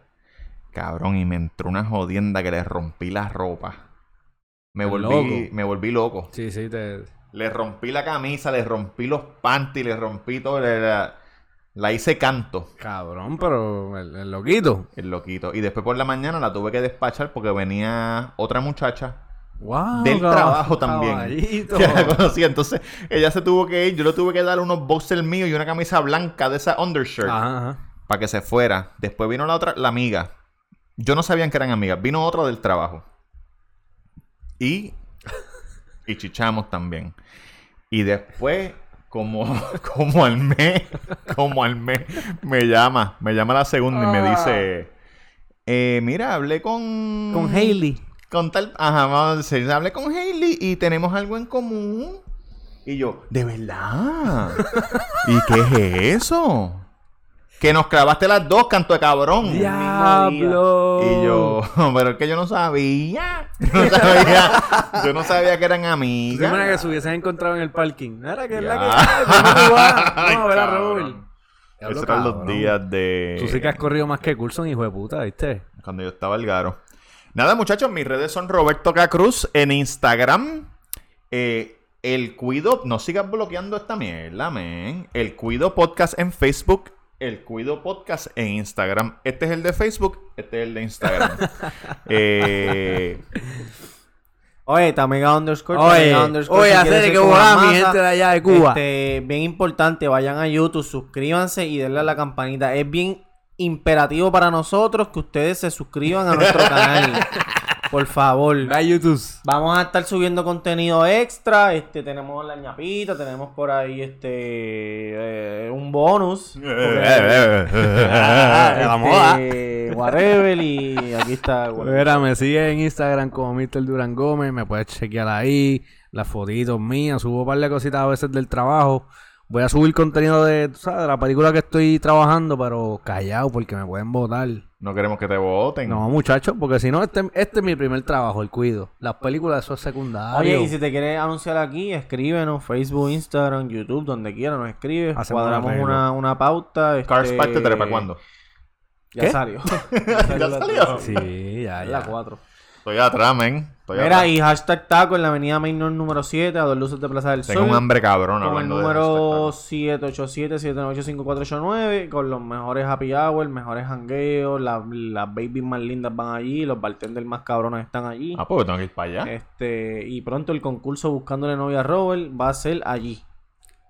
[SPEAKER 2] Cabrón, y me entró una jodienda que le rompí la ropa. Me
[SPEAKER 1] Qué
[SPEAKER 2] volví,
[SPEAKER 1] loco.
[SPEAKER 2] me volví loco.
[SPEAKER 1] Sí, sí, te...
[SPEAKER 2] Le rompí la camisa, le rompí los panties, le rompí todo. le- la- la hice canto.
[SPEAKER 1] Cabrón, pero el, el loquito.
[SPEAKER 2] El loquito. Y después por la mañana la tuve que despachar porque venía otra muchacha
[SPEAKER 1] Wow,
[SPEAKER 2] del trabajo también. [LAUGHS]
[SPEAKER 1] caballito.
[SPEAKER 2] Que la conocí. Entonces ella se tuvo que ir. Yo le tuve que dar unos boxers míos y una camisa blanca de esa undershirt
[SPEAKER 1] Ajá, ajá.
[SPEAKER 2] para que se fuera. Después vino la otra, la amiga. Yo no sabían que eran amigas. Vino otra del trabajo.
[SPEAKER 1] [LAUGHS]
[SPEAKER 2] Y. Y chichamos también. Y después, como, [LAUGHS] como al mes, como al mes, me llama, me llama la segunda y
[SPEAKER 1] Ah.
[SPEAKER 2] me dice. eh, mira, hablé con.
[SPEAKER 1] Con Hailey.
[SPEAKER 2] Con tal. Ajá, vamos a decir, hablé con Hailey y tenemos algo en común. Y yo, ¿de verdad? ¿Y qué es eso? Que nos clavaste las dos, canto de cabrón.
[SPEAKER 1] Diablo.
[SPEAKER 2] Y yo, [LAUGHS] pero es que yo no sabía. Yo no sabía, yo no sabía que eran
[SPEAKER 1] ¿Tú te imaginas que
[SPEAKER 2] amigas.
[SPEAKER 1] se hubiesen encontrado en el parking. Era que es la que.
[SPEAKER 2] Ya.
[SPEAKER 1] ¿Cómo tú vas? Vamos a ver a
[SPEAKER 2] Cabrón.
[SPEAKER 1] Robert. Diablo,
[SPEAKER 2] Esos eran los
[SPEAKER 1] cabrón.
[SPEAKER 2] días de.
[SPEAKER 1] Tú sí que has corrido más que Coulson, hijo de puta, ¿viste?
[SPEAKER 2] Cuando yo estaba al garo. Nada, muchachos, mis redes son Roberto K. Cruz en Instagram. Eh, el Cuido, no sigas bloqueando esta mierda, men. El Cuido Podcast en Facebook. El Cuido Podcast en Instagram. Este es el de Facebook, este es el de Instagram. eh,
[SPEAKER 3] Oye, Tamega underscore,
[SPEAKER 1] Oye,
[SPEAKER 3] Tamega underscore.
[SPEAKER 1] oye,
[SPEAKER 3] si
[SPEAKER 1] hacer
[SPEAKER 3] quieres
[SPEAKER 1] que
[SPEAKER 3] ser como la
[SPEAKER 1] volá, mi
[SPEAKER 3] masa.
[SPEAKER 1] gente de allá de Cuba.
[SPEAKER 3] Este, bien importante, vayan a YouTube, suscríbanse y denle a la campanita. Es bien imperativo para nosotros que ustedes se suscriban
[SPEAKER 1] [LAUGHS]
[SPEAKER 3] a nuestro canal. Por favor.
[SPEAKER 1] A YouTube.
[SPEAKER 3] Vamos a estar subiendo contenido extra. Este, tenemos la ñapita, tenemos por ahí este eh, un bonus.
[SPEAKER 1] eh,
[SPEAKER 3] Ah,
[SPEAKER 1] La moda.
[SPEAKER 3] Este, whatever, y aquí está. whatever.
[SPEAKER 1] Mira, me sigue en Instagram como Mr. Durán Gómez, me puedes chequear ahí, las fotitos mías, subo un par de cositas a veces del trabajo. Voy a subir contenido de, tú ¿sabes? de la película que estoy trabajando, pero callado porque me pueden votar.
[SPEAKER 2] no queremos que te voten.
[SPEAKER 1] No, muchachos, porque si no, este, este es mi primer trabajo, el cuido. Las películas, eso es secundario.
[SPEAKER 3] Oye, y si te quieres anunciar aquí, escríbenos, Facebook, Instagram, YouTube, donde quieras, nos escribes,
[SPEAKER 1] Hacemos
[SPEAKER 3] cuadramos
[SPEAKER 1] un arreglo.
[SPEAKER 3] una, una pauta. Este...
[SPEAKER 2] Cars parte 3, ¿para cuándo?
[SPEAKER 3] Ya
[SPEAKER 1] ¿Qué? [LAUGHS]
[SPEAKER 3] salió.
[SPEAKER 2] ¿Ya
[SPEAKER 3] la-
[SPEAKER 2] salió?
[SPEAKER 1] Sí, ya,
[SPEAKER 3] La
[SPEAKER 1] ya.
[SPEAKER 3] 4.
[SPEAKER 2] Estoy atrás, men. Estoy
[SPEAKER 3] Mira,
[SPEAKER 2] atrás.
[SPEAKER 3] y hashtag taco en la avenida Mainor número 7, a dos luces de Plaza del
[SPEAKER 2] Tengo
[SPEAKER 3] Sol.
[SPEAKER 2] un hambre cabrón
[SPEAKER 3] Con el
[SPEAKER 2] hablando de este
[SPEAKER 3] número
[SPEAKER 2] hashtag.
[SPEAKER 3] 787-798-5489, con los mejores happy hour, mejores hangueos, la- las babies más lindas van allí, los bartenders más cabrones están allí.
[SPEAKER 2] Ah, pues tengo que ir para allá.
[SPEAKER 3] Este, y pronto el concurso Buscándole Novia a Robert va a ser allí.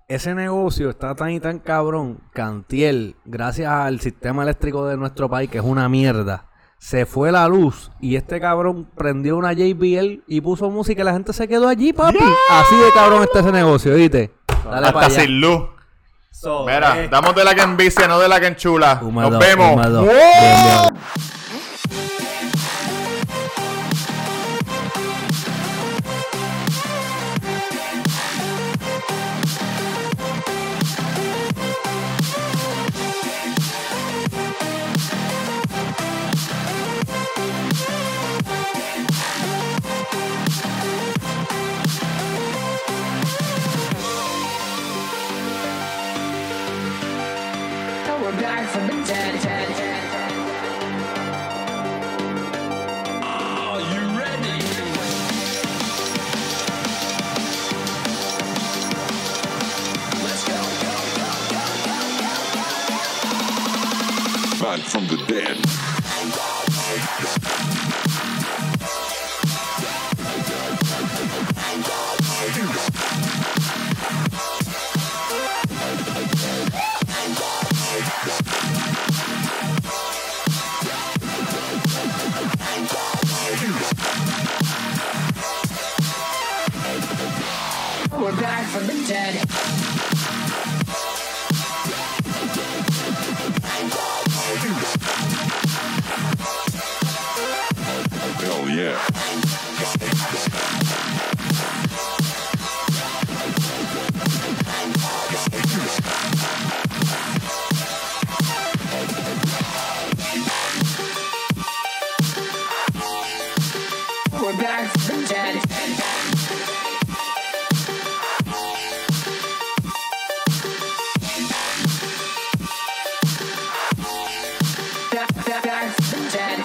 [SPEAKER 1] Ese negocio está tan y tan cabrón. Cantiel, gracias al sistema eléctrico de nuestro país, que es una mierda, se fue la luz y este cabrón prendió una JBL y puso música y la gente se quedó allí, papi. Así de cabrón está ese negocio, ¿viste? Dale pa'
[SPEAKER 2] Hasta
[SPEAKER 1] allá.
[SPEAKER 2] sin luz.
[SPEAKER 3] eh.
[SPEAKER 2] Mira, damos de la que envicia, no de la que enchula.
[SPEAKER 1] Húmedo,
[SPEAKER 2] Nos vemos.
[SPEAKER 1] húmedo.
[SPEAKER 2] ¡Wow!
[SPEAKER 1] Bien, bien.
[SPEAKER 6] Oh,
[SPEAKER 5] back from the dead.
[SPEAKER 6] Oh, We're back from the dead.
[SPEAKER 5] Hell yeah.
[SPEAKER 6] Oh, We're back from the dead. Back, back, back from the dead.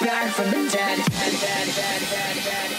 [SPEAKER 6] Back from the dead. Dead, dead, dead, dead, dead.